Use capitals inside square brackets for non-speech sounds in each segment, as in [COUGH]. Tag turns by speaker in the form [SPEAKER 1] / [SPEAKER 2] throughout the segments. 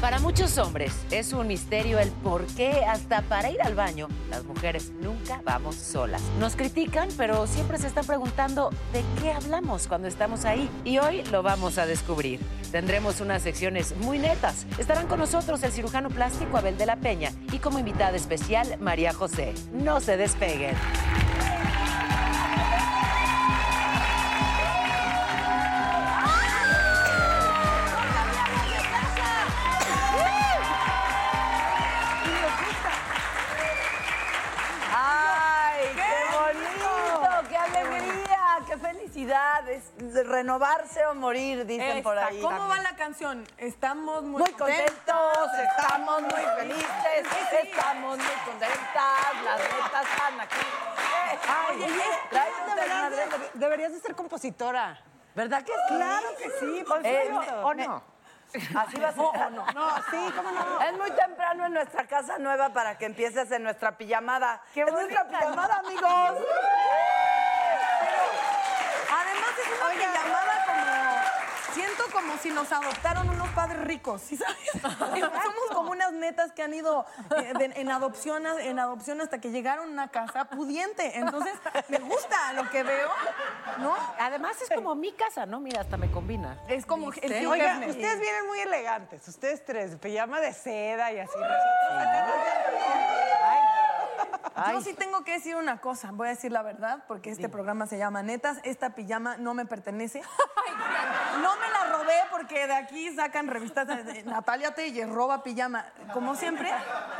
[SPEAKER 1] Para muchos hombres es un misterio el por qué hasta para ir al baño las mujeres nunca vamos solas. Nos critican, pero siempre se están preguntando de qué hablamos cuando estamos ahí. Y hoy lo vamos a descubrir. Tendremos unas secciones muy netas. Estarán con nosotros el cirujano plástico Abel de la Peña y como invitada especial María José. No se despeguen.
[SPEAKER 2] ¡Ay, qué,
[SPEAKER 3] bonito! ¡Qué alegría! ¡Qué felicidad! Es renovarse o morir, dicen
[SPEAKER 2] Esta,
[SPEAKER 3] por ahí.
[SPEAKER 2] ¿Cómo va la canción? Estamos muy,
[SPEAKER 3] Muy contentos, estamos muy felices,
[SPEAKER 2] Sí.
[SPEAKER 3] estamos muy contentas, las netas están aquí. Eh,
[SPEAKER 2] Ay,
[SPEAKER 3] oye,
[SPEAKER 2] oye,
[SPEAKER 3] trae
[SPEAKER 2] tú
[SPEAKER 3] un
[SPEAKER 2] deberás de-
[SPEAKER 3] desmadre.
[SPEAKER 2] deberías de ser compositora.
[SPEAKER 3] ¿Verdad que sí?
[SPEAKER 2] Claro que sí, por
[SPEAKER 3] Eh,
[SPEAKER 2] supuesto.
[SPEAKER 3] me-
[SPEAKER 2] ¿O no?
[SPEAKER 3] Así va a ser.
[SPEAKER 2] No, no. No, sí, ¿cómo no?
[SPEAKER 3] Es muy temprano en nuestra casa nueva para que empieces en nuestra pijamada. es nuestra
[SPEAKER 2] bonita.
[SPEAKER 3] pijamada,
[SPEAKER 2] [LAUGHS]
[SPEAKER 3] amigos.
[SPEAKER 2] Además es una llamada como... Siento como si nos adoptaron unos padres ricos, ¿sí sabes? Somos como unas netas que han ido eh, de- en, adopción, a- en adopción hasta que llegaron a una casa pudiente. Entonces, me gusta lo que veo, ¿no?
[SPEAKER 1] Además es como mi casa, ¿no? Mira, hasta me combina.
[SPEAKER 2] Es como el
[SPEAKER 1] ¿Viste?
[SPEAKER 2] Hugh
[SPEAKER 4] Oigan,
[SPEAKER 2] Hefner.
[SPEAKER 4] ustedes vienen muy elegantes, ustedes tres, pijama de seda y así. nosotros
[SPEAKER 3] Ah,
[SPEAKER 4] acá
[SPEAKER 2] Yo sí tengo que decir una cosa, voy a decir la verdad, porque este programa se llama Netas. Esta pijama no me pertenece. No me la robé porque de aquí sacan revistas. de- Natalia Telles roba pijama. Como siempre,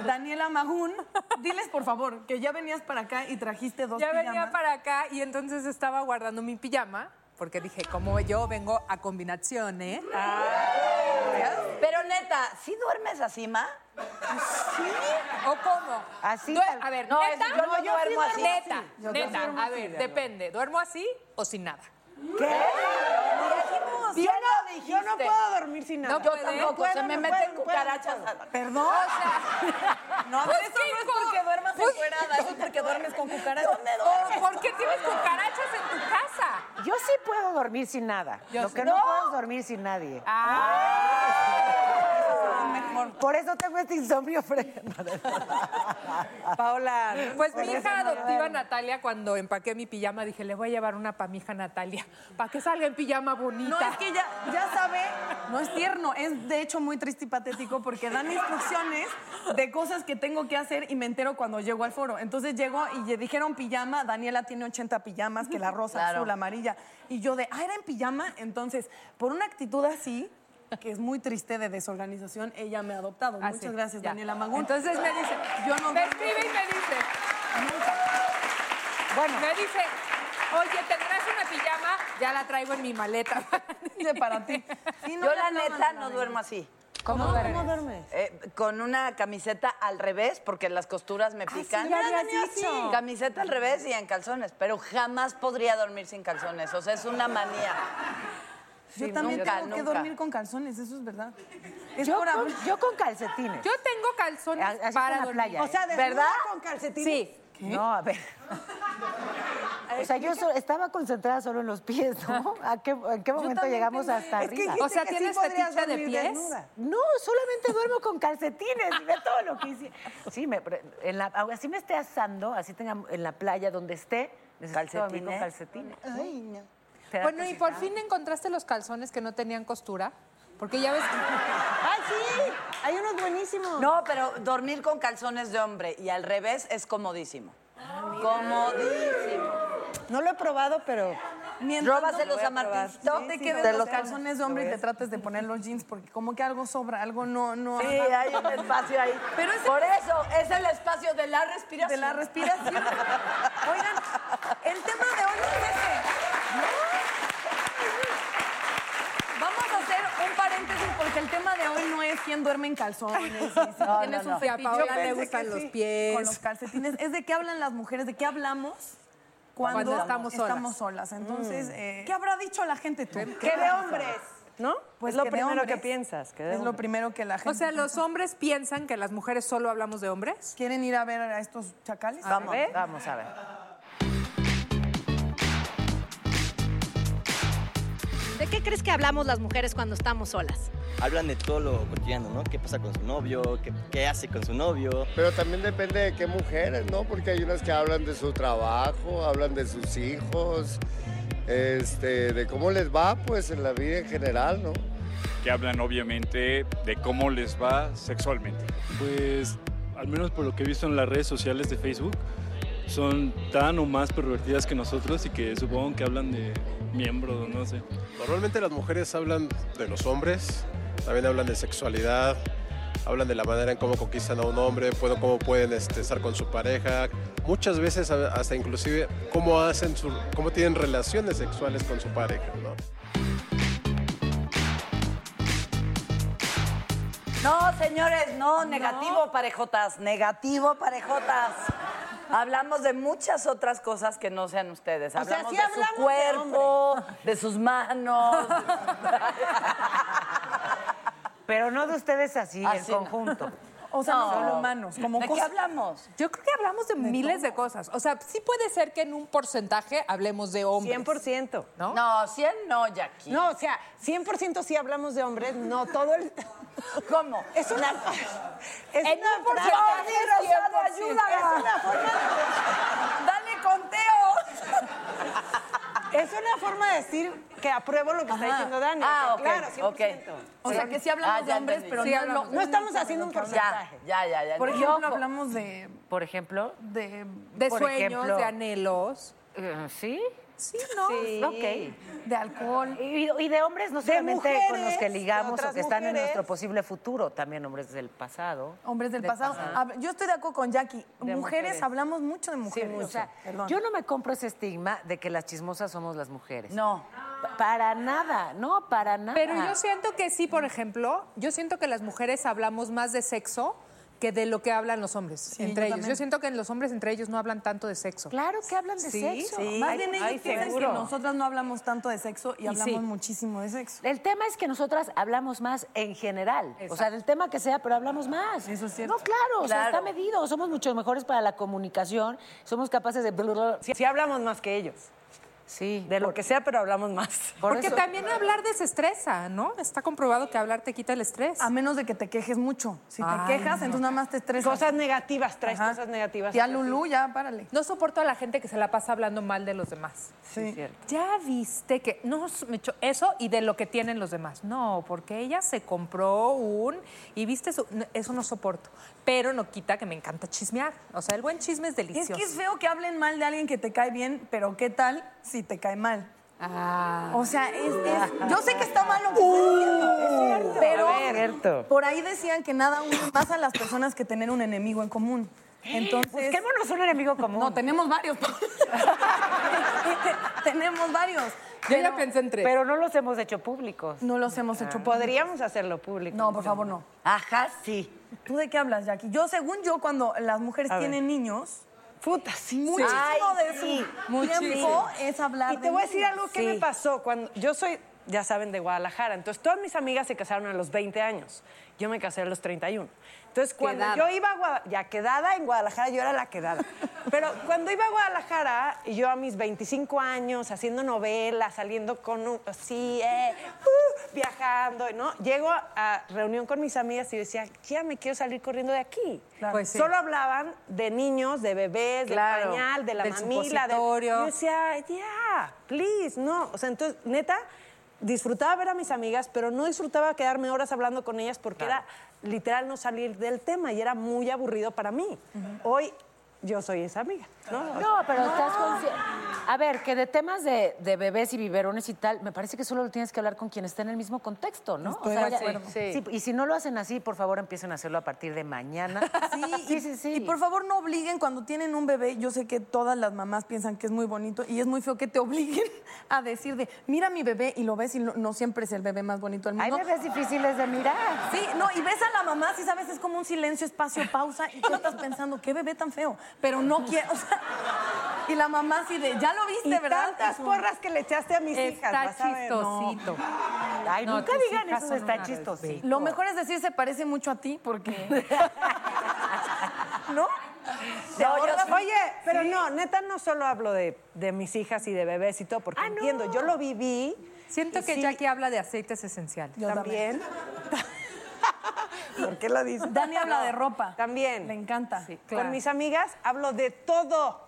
[SPEAKER 2] Daniela Magún, diles por favor que ya venías para acá y trajiste dos
[SPEAKER 5] Ya
[SPEAKER 2] pijamas.
[SPEAKER 5] venía para acá y entonces estaba guardando mi pijama, porque dije, como yo vengo a eh? combinaciones.
[SPEAKER 3] Pero neta, ¿sí duermes así, ma?
[SPEAKER 5] ¿O cómo?
[SPEAKER 4] Así
[SPEAKER 5] Due-
[SPEAKER 4] tal-
[SPEAKER 5] A ver,
[SPEAKER 3] No,
[SPEAKER 5] neta,
[SPEAKER 3] es- yo no, yo
[SPEAKER 5] sí
[SPEAKER 3] duermo así.
[SPEAKER 5] Neta,
[SPEAKER 4] Yo
[SPEAKER 5] neta,
[SPEAKER 4] duermo
[SPEAKER 5] a
[SPEAKER 4] así,
[SPEAKER 5] ver,
[SPEAKER 4] de
[SPEAKER 5] depende, ¿duermo así o sin nada?
[SPEAKER 3] ¿Qué?
[SPEAKER 4] Yo no, yo no puedo dormir sin nada.
[SPEAKER 5] No, yo tampoco,
[SPEAKER 4] puedo,
[SPEAKER 3] se me
[SPEAKER 4] no
[SPEAKER 3] meten
[SPEAKER 4] puedo, no puedo,
[SPEAKER 3] cucarachas.
[SPEAKER 4] no puedo.
[SPEAKER 2] Perdón. no,
[SPEAKER 5] pues
[SPEAKER 2] a ver, eso no es porque duermas encuerada, eso es porque duermes con cucarachas.
[SPEAKER 5] ¿O Pues, por qué tienes cucarachas en tu casa?
[SPEAKER 4] Yo sí puedo dormir sin nada. Lo que no. puedo es dormir sin nadie. Por eso tengo este insomnio fregado. Paola.
[SPEAKER 5] Pues mi hija adoptiva Natalia, cuando empaqué mi pijama, dije, le voy a llevar una pa' mi hija Natalia, para que salga en pijama bonita.
[SPEAKER 2] No, es que ya, ya sabe, no es tierno, es de hecho muy triste y patético porque dan instrucciones de cosas que tengo que hacer y me entero cuando llego al foro. Entonces llego y le dijeron pijama, Daniela tiene 80 pijamas,
[SPEAKER 3] [LAUGHS]
[SPEAKER 2] que la rosa, azul, amarilla. Y yo de, ah, era en pijama. Entonces, por una actitud así, que es muy triste de desorganización, ella me ha adoptado.
[SPEAKER 3] Ah,
[SPEAKER 5] Así,
[SPEAKER 2] Muchas gracias,
[SPEAKER 5] ya.
[SPEAKER 2] Daniela Magún.
[SPEAKER 5] Entonces me dice,
[SPEAKER 2] yo no
[SPEAKER 5] me
[SPEAKER 2] duermo
[SPEAKER 5] escribe y
[SPEAKER 2] así.
[SPEAKER 5] me dice,
[SPEAKER 4] Bueno,
[SPEAKER 5] Me dice, oye, ¿tendrás una pijama? Ya la traigo en mi maleta.
[SPEAKER 2] [LAUGHS] Dice para
[SPEAKER 5] [LAUGHS]
[SPEAKER 2] ti. Sí, no,
[SPEAKER 3] Yo
[SPEAKER 2] ya
[SPEAKER 3] la
[SPEAKER 2] no,
[SPEAKER 3] neta
[SPEAKER 2] no,
[SPEAKER 3] no duermo así.
[SPEAKER 5] ¿Cómo duermes?
[SPEAKER 3] Eh, con una camiseta al revés, porque las costuras
[SPEAKER 4] Ah,
[SPEAKER 3] me pican.
[SPEAKER 2] ya habías dicho.
[SPEAKER 3] Camiseta al revés y en calzones, pero jamás podría dormir sin calzones. O sea, es una manía.
[SPEAKER 2] Yo
[SPEAKER 3] Sí,
[SPEAKER 2] también
[SPEAKER 3] nunca,
[SPEAKER 2] tengo que
[SPEAKER 3] nunca.
[SPEAKER 2] dormir con calzones, eso es verdad. Es
[SPEAKER 4] yo
[SPEAKER 2] por
[SPEAKER 4] con,
[SPEAKER 2] abrir-
[SPEAKER 4] yo con calcetines.
[SPEAKER 5] Yo tengo calzones
[SPEAKER 4] Así está
[SPEAKER 5] para
[SPEAKER 4] en la
[SPEAKER 5] dormir.
[SPEAKER 4] playa. ¿eh?
[SPEAKER 5] O sea,
[SPEAKER 4] de
[SPEAKER 3] ¿Verdad?
[SPEAKER 4] con calcetines.
[SPEAKER 5] sí.
[SPEAKER 4] No, a
[SPEAKER 3] [LAUGHS]
[SPEAKER 4] ver. O sea, yo so- estaba concentrada solo en los pies, ¿no? ¿A qué, ¿En qué momento también
[SPEAKER 2] tengo-
[SPEAKER 4] llegamos hasta
[SPEAKER 2] es que
[SPEAKER 4] arriba?
[SPEAKER 2] dijiste
[SPEAKER 5] O sea,
[SPEAKER 2] que sí
[SPEAKER 5] ¿tienes
[SPEAKER 2] podrías
[SPEAKER 5] fetiche de
[SPEAKER 2] dormir
[SPEAKER 5] pies?
[SPEAKER 2] desnuda.
[SPEAKER 4] No, solamente duermo con calcetines. y Ve todo lo que hice. Sí, me, pre- en la, así me esté asando, así tenga en la playa donde esté, necesito dormir con calcetines. Te da
[SPEAKER 5] Bueno, y por
[SPEAKER 4] necesidad.
[SPEAKER 5] fin encontraste los calzones que no tenían costura. Porque ya
[SPEAKER 2] [LAUGHS]
[SPEAKER 5] ves que...
[SPEAKER 2] ¡Ay, sí! Hay unos buenísimos.
[SPEAKER 3] No, pero dormir con calzones de hombre y al revés es comodísimo. Comodísimo.
[SPEAKER 4] No lo he probado, pero.
[SPEAKER 2] Mientras
[SPEAKER 3] Róbaselos
[SPEAKER 2] no-
[SPEAKER 3] a Martín.
[SPEAKER 2] No
[SPEAKER 3] Sí,
[SPEAKER 2] te
[SPEAKER 3] sí,
[SPEAKER 2] quedes
[SPEAKER 3] te
[SPEAKER 2] los,
[SPEAKER 3] los-
[SPEAKER 2] calzones de hombre y te trates de poner los jeans, porque como que algo sobra, algo no... no
[SPEAKER 3] Sí, hay un espacio ahí.
[SPEAKER 2] Pero ese-
[SPEAKER 3] Por eso, es el espacio de la respiración.
[SPEAKER 2] De la respiración. Oigan, el tema de hoy es este. Vamos a hacer un paréntesis porque el tema de hoy hoy no es quien duerme en calzones. [LAUGHS] y si
[SPEAKER 3] No,
[SPEAKER 2] tienes
[SPEAKER 3] no, no.
[SPEAKER 2] un fetiche
[SPEAKER 5] a Paola le
[SPEAKER 2] pensé que
[SPEAKER 5] gustan los
[SPEAKER 2] sí,
[SPEAKER 5] pies.
[SPEAKER 2] Con los calcetines. Es de qué hablan las mujeres, de qué hablamos cuando,
[SPEAKER 5] Cuando estamos solas.
[SPEAKER 2] solas. Entonces, eh, ¿qué habrá dicho la gente tú?
[SPEAKER 6] ¿Qué de hombres? ¿No?
[SPEAKER 2] Pues
[SPEAKER 6] es lo
[SPEAKER 2] que de
[SPEAKER 6] primero que
[SPEAKER 2] hombres.
[SPEAKER 6] piensas. Que de
[SPEAKER 2] Es lo
[SPEAKER 6] hombres.
[SPEAKER 2] primero que la gente.
[SPEAKER 5] O sea, los hombres piensan que las mujeres solo hablamos de hombres.
[SPEAKER 2] ¿Quieren ir a ver a estos chacales?
[SPEAKER 4] Vamos, vamos a ver.
[SPEAKER 7] ¿De qué crees que hablamos las mujeres cuando estamos solas?
[SPEAKER 8] Hablan de todo lo cotidiano, ¿no? ¿Qué pasa con su novio? ¿Qué, qué hace con su novio?
[SPEAKER 9] Pero también depende de qué mujeres, ¿no? Porque hay unas que hablan de su trabajo, hablan de sus hijos, este, de cómo les va, pues, en la vida en general, ¿no?
[SPEAKER 10] que hablan obviamente de cómo les va sexualmente. Pues al menos por lo que he visto en las redes sociales de Facebook, son tan o más pervertidas que nosotros y que supongo que hablan de miembros, no sé.
[SPEAKER 9] Normalmente las mujeres hablan de los hombres, también hablan de sexualidad, hablan de la manera en cómo conquistan a un hombre, puedo- cómo pueden este, estar con su pareja, muchas veces a- hasta inclusive cómo hacen su- cómo tienen relaciones sexuales con su pareja, ¿no?
[SPEAKER 3] No, señores, no, negativo, parejotas, negativo, parejotas. Hablamos de muchas otras cosas que no sean ustedes.
[SPEAKER 6] sea,
[SPEAKER 3] Hablamos
[SPEAKER 6] sí
[SPEAKER 3] de su
[SPEAKER 6] hablamos de
[SPEAKER 3] cuerpo, de, sus manos.
[SPEAKER 4] Pero no de ustedes así,
[SPEAKER 3] Así
[SPEAKER 4] en
[SPEAKER 3] no.
[SPEAKER 4] conjunto.
[SPEAKER 2] O sea, no,
[SPEAKER 3] No.
[SPEAKER 2] solo humanos. Como
[SPEAKER 3] ¿De qué
[SPEAKER 2] cosas-
[SPEAKER 3] hablamos?
[SPEAKER 5] Yo creo que hablamos de, miles de cosas. O sea, sí puede ser que en un porcentaje hablemos de hombres.
[SPEAKER 6] 100%.
[SPEAKER 5] ¿no?
[SPEAKER 3] No, 100 no, Jackie.
[SPEAKER 6] No, o sea, 100% sí hablamos de hombres, no todo el...
[SPEAKER 3] ¿Cómo?
[SPEAKER 6] Es una...
[SPEAKER 4] [LAUGHS]
[SPEAKER 6] Es
[SPEAKER 3] En
[SPEAKER 6] una
[SPEAKER 3] un
[SPEAKER 6] frase-
[SPEAKER 3] porcentaje,
[SPEAKER 6] es una
[SPEAKER 3] 100%.
[SPEAKER 6] Es una forma...
[SPEAKER 3] Dale conteo.
[SPEAKER 6] Es una forma de decir que apruebo lo que está diciendo Dani.
[SPEAKER 3] Ah, ok,
[SPEAKER 6] Claro, 100%.
[SPEAKER 3] ok.
[SPEAKER 2] O sea, que sí hablamos
[SPEAKER 3] Ah,
[SPEAKER 2] de
[SPEAKER 3] ya
[SPEAKER 2] hombres,
[SPEAKER 3] entendí.
[SPEAKER 2] pero
[SPEAKER 3] Sí
[SPEAKER 2] no,
[SPEAKER 3] hablamos.
[SPEAKER 2] lo-
[SPEAKER 6] No estamos haciendo un
[SPEAKER 3] Ya,
[SPEAKER 6] porcentaje.
[SPEAKER 3] ya, ya, ya.
[SPEAKER 2] Por
[SPEAKER 3] ya.
[SPEAKER 2] ejemplo,
[SPEAKER 3] Yo-
[SPEAKER 2] hablamos de,
[SPEAKER 4] Por ejemplo,
[SPEAKER 2] de
[SPEAKER 5] De
[SPEAKER 4] Por
[SPEAKER 5] sueños,
[SPEAKER 4] ejemplo.
[SPEAKER 5] de anhelos.
[SPEAKER 4] eh, ¿sí?
[SPEAKER 2] Sí, ¿no?
[SPEAKER 4] Ok.
[SPEAKER 2] De alcohol.
[SPEAKER 4] Y, y de hombres no solamente con los
[SPEAKER 6] mujeres,
[SPEAKER 4] que
[SPEAKER 6] de
[SPEAKER 4] ligamos o
[SPEAKER 6] otras
[SPEAKER 4] que están en
[SPEAKER 6] mujeres.
[SPEAKER 4] nuestro posible futuro, también hombres del pasado.
[SPEAKER 2] Hombres del pasado. Hab- Yo estoy de acuerdo con Jackie. Mujeres,
[SPEAKER 4] mujeres.
[SPEAKER 2] hablamos mucho de mujeres.
[SPEAKER 4] O sea,
[SPEAKER 2] perdón.
[SPEAKER 4] yo no me compro ese estigma de que las chismosas somos las mujeres.
[SPEAKER 3] No.
[SPEAKER 4] Pa- Para nada, no, para nada.
[SPEAKER 5] Pero yo siento que sí, por ejemplo, yo siento que las mujeres hablamos más de sexo que de lo que hablan los hombres
[SPEAKER 2] yo
[SPEAKER 5] entre ellos.
[SPEAKER 2] también.
[SPEAKER 5] Yo siento que los hombres entre ellos no hablan tanto de sexo.
[SPEAKER 4] Claro que hablan de
[SPEAKER 5] Sí,
[SPEAKER 4] sexo.
[SPEAKER 5] sí.
[SPEAKER 2] Más
[SPEAKER 4] Ay,
[SPEAKER 2] bien ellos
[SPEAKER 4] ay,
[SPEAKER 2] piensan
[SPEAKER 4] seguro.
[SPEAKER 2] que nosotras no hablamos tanto de sexo y, hablamos
[SPEAKER 5] sí.
[SPEAKER 2] muchísimo de sexo.
[SPEAKER 4] El tema es que nosotras hablamos más en general. O sea, del tema que sea, pero hablamos más.
[SPEAKER 2] Eso es cierto.
[SPEAKER 4] No, claro, o sea,
[SPEAKER 3] Claro.
[SPEAKER 4] está medido. Somos mucho mejores para la comunicación. Somos capaces de.
[SPEAKER 6] Sí, sí hablamos más que ellos.
[SPEAKER 4] Sí.
[SPEAKER 6] De lo que sea, pero hablamos más.
[SPEAKER 4] Por
[SPEAKER 5] Porque
[SPEAKER 4] eso-
[SPEAKER 5] también hablar desestresa, ¿no? Está comprobado que hablar te quita el estrés.
[SPEAKER 2] A menos de que te quejes mucho. Si te
[SPEAKER 5] Ay,
[SPEAKER 2] quejas, entonces nada más te estresas.
[SPEAKER 6] Cosas negativas, traes
[SPEAKER 2] Ajá.
[SPEAKER 6] cosas negativas.
[SPEAKER 2] Tía Lulú, ya párale.
[SPEAKER 5] No soporto a la gente que se la pasa hablando mal de los demás.
[SPEAKER 2] Sí.
[SPEAKER 5] Ya viste que no me cho- eso y de lo que tienen los demás. No, porque ella se compró un y viste su- no, eso no soporto. Pero no quita que me encanta chismear. O sea, el buen chisme es
[SPEAKER 2] Es
[SPEAKER 5] delicioso.
[SPEAKER 2] que es feo que hablen mal de alguien que te cae bien, pero ¿qué tal si te cae mal? O sea, es, es- yo sé que está malo, pero por ahí decían que nada une más a las personas que tener un enemigo en común. Entonces,
[SPEAKER 4] Busquémonos un enemigo común.
[SPEAKER 2] no
[SPEAKER 6] [LAUGHS]
[SPEAKER 2] tenemos varios. [LAUGHS] tenemos varios.
[SPEAKER 5] Yo ya pensé en tres.
[SPEAKER 4] Pero no los hemos hecho públicos.
[SPEAKER 2] No los hemos hecho
[SPEAKER 6] Ah.
[SPEAKER 2] poder.
[SPEAKER 6] Podríamos hacerlo público.
[SPEAKER 2] No, por favor, no.
[SPEAKER 3] Ajá, sí.
[SPEAKER 2] ¿Tú de qué hablas, Jackie? Yo, según yo, cuando las mujeres
[SPEAKER 6] A ver.
[SPEAKER 2] tienen niños,
[SPEAKER 6] Puta, sí.
[SPEAKER 2] muchísimo
[SPEAKER 3] Ay,
[SPEAKER 2] de su
[SPEAKER 3] sí.
[SPEAKER 2] tiempo es hablar
[SPEAKER 6] Y
[SPEAKER 2] de
[SPEAKER 6] te voy a decir
[SPEAKER 2] niños.
[SPEAKER 6] algo que
[SPEAKER 3] Sí.
[SPEAKER 6] me pasó cuando yo soy, ya saben, de Guadalajara. Entonces, todas mis amigas se casaron a los 20 años. Yo me casé a los 31. Entonces, cuando
[SPEAKER 5] Quedada.
[SPEAKER 6] yo iba a Guadalajara, ya quedada en Guadalajara, yo era la quedada. Pero cuando iba a Guadalajara, y yo a mis 25 años, haciendo novelas, saliendo con un, así, eh, uh, viajando, ¿no? Llego a reunión con mis amigas y yo decía, ya me quiero salir corriendo de aquí.
[SPEAKER 5] Claro. Pues sí.
[SPEAKER 6] Solo hablaban de niños, de bebés,
[SPEAKER 5] Claro.
[SPEAKER 6] del pañal, de la
[SPEAKER 5] Del
[SPEAKER 6] mamila. del-
[SPEAKER 5] supositorio.
[SPEAKER 6] Yo decía, ya, please, no. O sea, entonces, neta, disfrutaba ver a mis amigas, pero no disfrutaba quedarme horas hablando con ellas porque era literal no salir del tema y era muy aburrido para mí. Hoy yo soy esa amiga.
[SPEAKER 4] No, pero estás consciente. A ver, que de temas de, de bebés y biberones y tal, me parece que solo lo tienes que hablar con quien esté en el mismo contexto, ¿no?
[SPEAKER 6] Estoy de acuerdo.
[SPEAKER 4] sí.
[SPEAKER 6] Sí.
[SPEAKER 4] Y si no lo hacen así, por favor, empiecen a hacerlo a partir de [LAUGHS] mañana.
[SPEAKER 6] [LAUGHS]
[SPEAKER 2] Sí, y, y por favor no obliguen cuando tienen un bebé. Yo sé que todas las mamás piensan que es muy bonito y es muy feo que te obliguen [LAUGHS] a decir de, mira mi bebé y lo ves y no, no siempre es el bebé más bonito del
[SPEAKER 4] Hay
[SPEAKER 2] mundo.
[SPEAKER 4] bebés difíciles de mirar.
[SPEAKER 2] Sí, no, y ves a la mamá, si sabes, es como un silencio, espacio, pausa, y tú estás pensando, qué bebé tan feo, pero no quiero, o sea, y la mamá así de, ya lo viste,
[SPEAKER 6] Y
[SPEAKER 2] ¿verdad?
[SPEAKER 6] tantas porras que le echaste a mis hijas.
[SPEAKER 2] Está
[SPEAKER 6] vas a ver.
[SPEAKER 2] chistosito.
[SPEAKER 6] No. Ay,
[SPEAKER 2] No,
[SPEAKER 6] nunca
[SPEAKER 2] tus
[SPEAKER 6] digan
[SPEAKER 2] hijas
[SPEAKER 6] eso,
[SPEAKER 2] son
[SPEAKER 6] está
[SPEAKER 2] una
[SPEAKER 6] [LAUGHS] chistosito.
[SPEAKER 2] Lo mejor es decir, se parece mucho a ti, porque... ¿No?
[SPEAKER 6] No,
[SPEAKER 2] ahorra-
[SPEAKER 6] yo- oye, pero
[SPEAKER 2] Sí.
[SPEAKER 6] no, neta no solo hablo de, de mis hijas y de bebés y todo, porque
[SPEAKER 2] Ah,
[SPEAKER 6] entiendo, yo lo viví.
[SPEAKER 5] Siento que Jackie habla de aceites esenciales.
[SPEAKER 6] Yo también. [LAUGHS] ¿Por qué lo dices?
[SPEAKER 2] Dani habla de ropa.
[SPEAKER 6] También.
[SPEAKER 2] Le encanta.
[SPEAKER 6] Con mis amigas hablo de todo.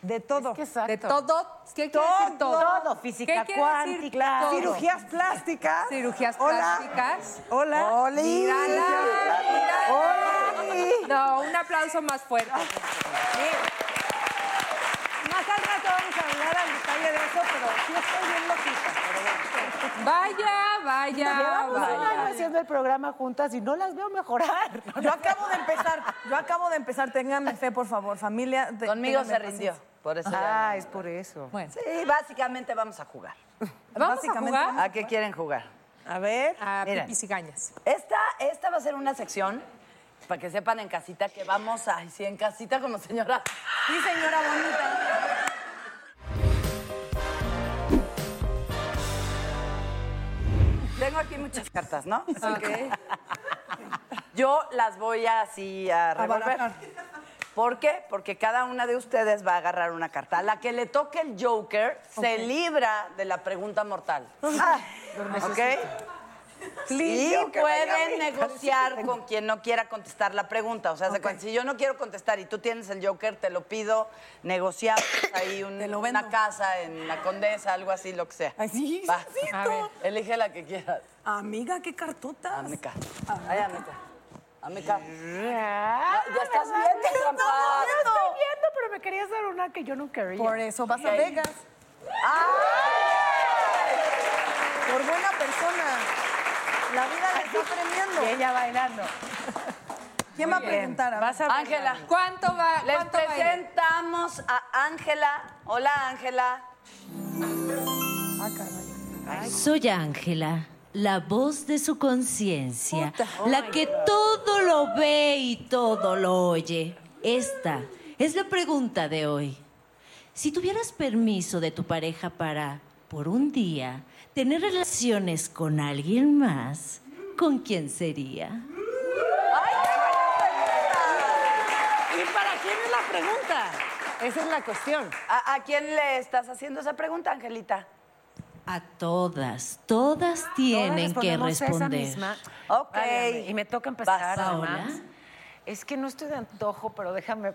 [SPEAKER 6] De todo.
[SPEAKER 5] De todo. ¿Qué quiere decir todo?
[SPEAKER 6] Todo, física
[SPEAKER 5] ¿Qué quiere decir
[SPEAKER 6] cuántica,
[SPEAKER 5] todo?
[SPEAKER 6] cirugías plásticas.
[SPEAKER 5] Cirugías
[SPEAKER 6] Hola.
[SPEAKER 5] plásticas.
[SPEAKER 6] Hola.
[SPEAKER 5] Hola. Mírala.
[SPEAKER 6] mírala.
[SPEAKER 5] No, un aplauso más fuerte.
[SPEAKER 6] Más al rato vamos a hablar al detalle de eso, pero sí estoy bien loquita. pero bueno.
[SPEAKER 5] Vaya, vaya,
[SPEAKER 4] Llevamos un año
[SPEAKER 5] vaya.
[SPEAKER 4] haciendo el programa juntas y no las veo mejorar.
[SPEAKER 2] Yo acabo de empezar, yo acabo de empezar, ténganme fe, por favor, familia. [LAUGHS] te-
[SPEAKER 3] Conmigo
[SPEAKER 2] ténganme
[SPEAKER 3] se rindió.
[SPEAKER 2] paciencia.
[SPEAKER 3] Por eso
[SPEAKER 4] Ah,
[SPEAKER 3] ya
[SPEAKER 4] es por eso.
[SPEAKER 5] Bueno,
[SPEAKER 3] Sí, básicamente vamos a jugar.
[SPEAKER 5] ¿Vamos a
[SPEAKER 2] Básicamente,
[SPEAKER 5] jugar?
[SPEAKER 3] ¿A qué quieren jugar?
[SPEAKER 6] A ver.
[SPEAKER 5] A
[SPEAKER 3] Mira.
[SPEAKER 5] pipis y gañas.
[SPEAKER 3] Esta, esta va a ser una sección, para que sepan en casita, que vamos a... Sí, en casita como señora.
[SPEAKER 2] Sí, señora bonita.
[SPEAKER 3] Tengo aquí muchas cartas, ¿no? Así que [LAUGHS] yo las voy así a revolver.
[SPEAKER 2] barajar.
[SPEAKER 3] ¿Por qué? Porque cada una de ustedes va a agarrar una carta. A la que le toque el Joker se libra de la
[SPEAKER 2] [LAUGHS]
[SPEAKER 3] pregunta mortal. ¿Ok? Y pueden negociar con quien no quiera contestar la pregunta. O sea, se cuenta, si yo no quiero contestar y tú tienes el Joker, te lo pido, negociamos ahí un-
[SPEAKER 2] Te lo vendo.
[SPEAKER 3] una casa en la condesa, algo así, lo que sea.
[SPEAKER 2] Ay, sí,
[SPEAKER 3] Va.
[SPEAKER 2] sí,
[SPEAKER 5] A
[SPEAKER 2] tú.
[SPEAKER 5] ver.
[SPEAKER 3] Elige la que quieras.
[SPEAKER 2] Amiga, qué cartotas. Ah,
[SPEAKER 3] Amica. Ay, amica. Amica. Ya, ya estás viendo, trampa.
[SPEAKER 4] Estoy viendo, pero me querías dar una que yo no quería.
[SPEAKER 2] Por eso vas a
[SPEAKER 3] Ok.
[SPEAKER 2] Vegas. Por buena persona. La vida la está premiando.
[SPEAKER 4] ella bailando.
[SPEAKER 2] ¿Quién va a preguntar? A ver.
[SPEAKER 6] Vas a ver.
[SPEAKER 3] Ángela.
[SPEAKER 5] ¿Cuánto va?
[SPEAKER 3] Les
[SPEAKER 5] ¿Cuánto va a ir?
[SPEAKER 3] presentamos a Ángela. Hola, Ángela.
[SPEAKER 11] Soy Ángela, la voz de su conciencia,
[SPEAKER 4] oh
[SPEAKER 11] la que todo lo ve y todo lo oye. Esta es la pregunta de hoy. Si tuvieras permiso de tu pareja para, por un día, tener relaciones con alguien más, ¿con quién sería?
[SPEAKER 4] ¿Y para quién es la pregunta? Esa es la cuestión.
[SPEAKER 3] ¿A, a quién le estás haciendo esa pregunta, Angelita?
[SPEAKER 11] A todas, todas tienen que responder.
[SPEAKER 3] Ok.
[SPEAKER 4] Válgame, y me toca empezar,
[SPEAKER 3] Vas.
[SPEAKER 4] además.
[SPEAKER 11] Paola.
[SPEAKER 4] Es que no estoy de antojo, pero déjame.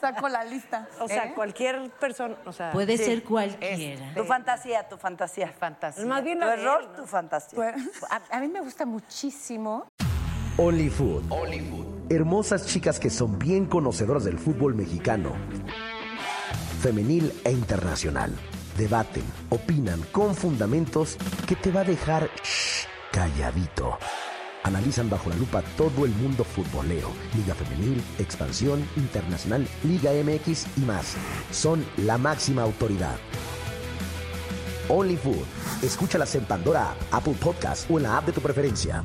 [SPEAKER 2] Saco la lista.
[SPEAKER 6] O sea, cualquier persona, o sea,
[SPEAKER 11] Puede
[SPEAKER 6] sí.
[SPEAKER 11] ser
[SPEAKER 4] este
[SPEAKER 11] cualquiera.
[SPEAKER 3] ¿Eh? Tu fantasía, tu fantasía.
[SPEAKER 4] Fantasía.
[SPEAKER 6] Más bien
[SPEAKER 3] Tu
[SPEAKER 6] la de él,
[SPEAKER 3] error,
[SPEAKER 6] ¿no?
[SPEAKER 3] tu fantasía.
[SPEAKER 6] pues,
[SPEAKER 4] A, a mí me gusta muchísimo.
[SPEAKER 12] Only Food. Hermosas chicas que son bien conocedoras del fútbol mexicano. Femenil e internacional. Debaten, opinan con fundamentos que te va a dejar shh, calladito. Analizan bajo la lupa todo el mundo futbolero, Liga Femenil, Expansión, Internacional, Liga MX y más. Son la máxima autoridad. Only Food. Escúchalas en Pandora, app, Apple Podcast o en la app de tu preferencia.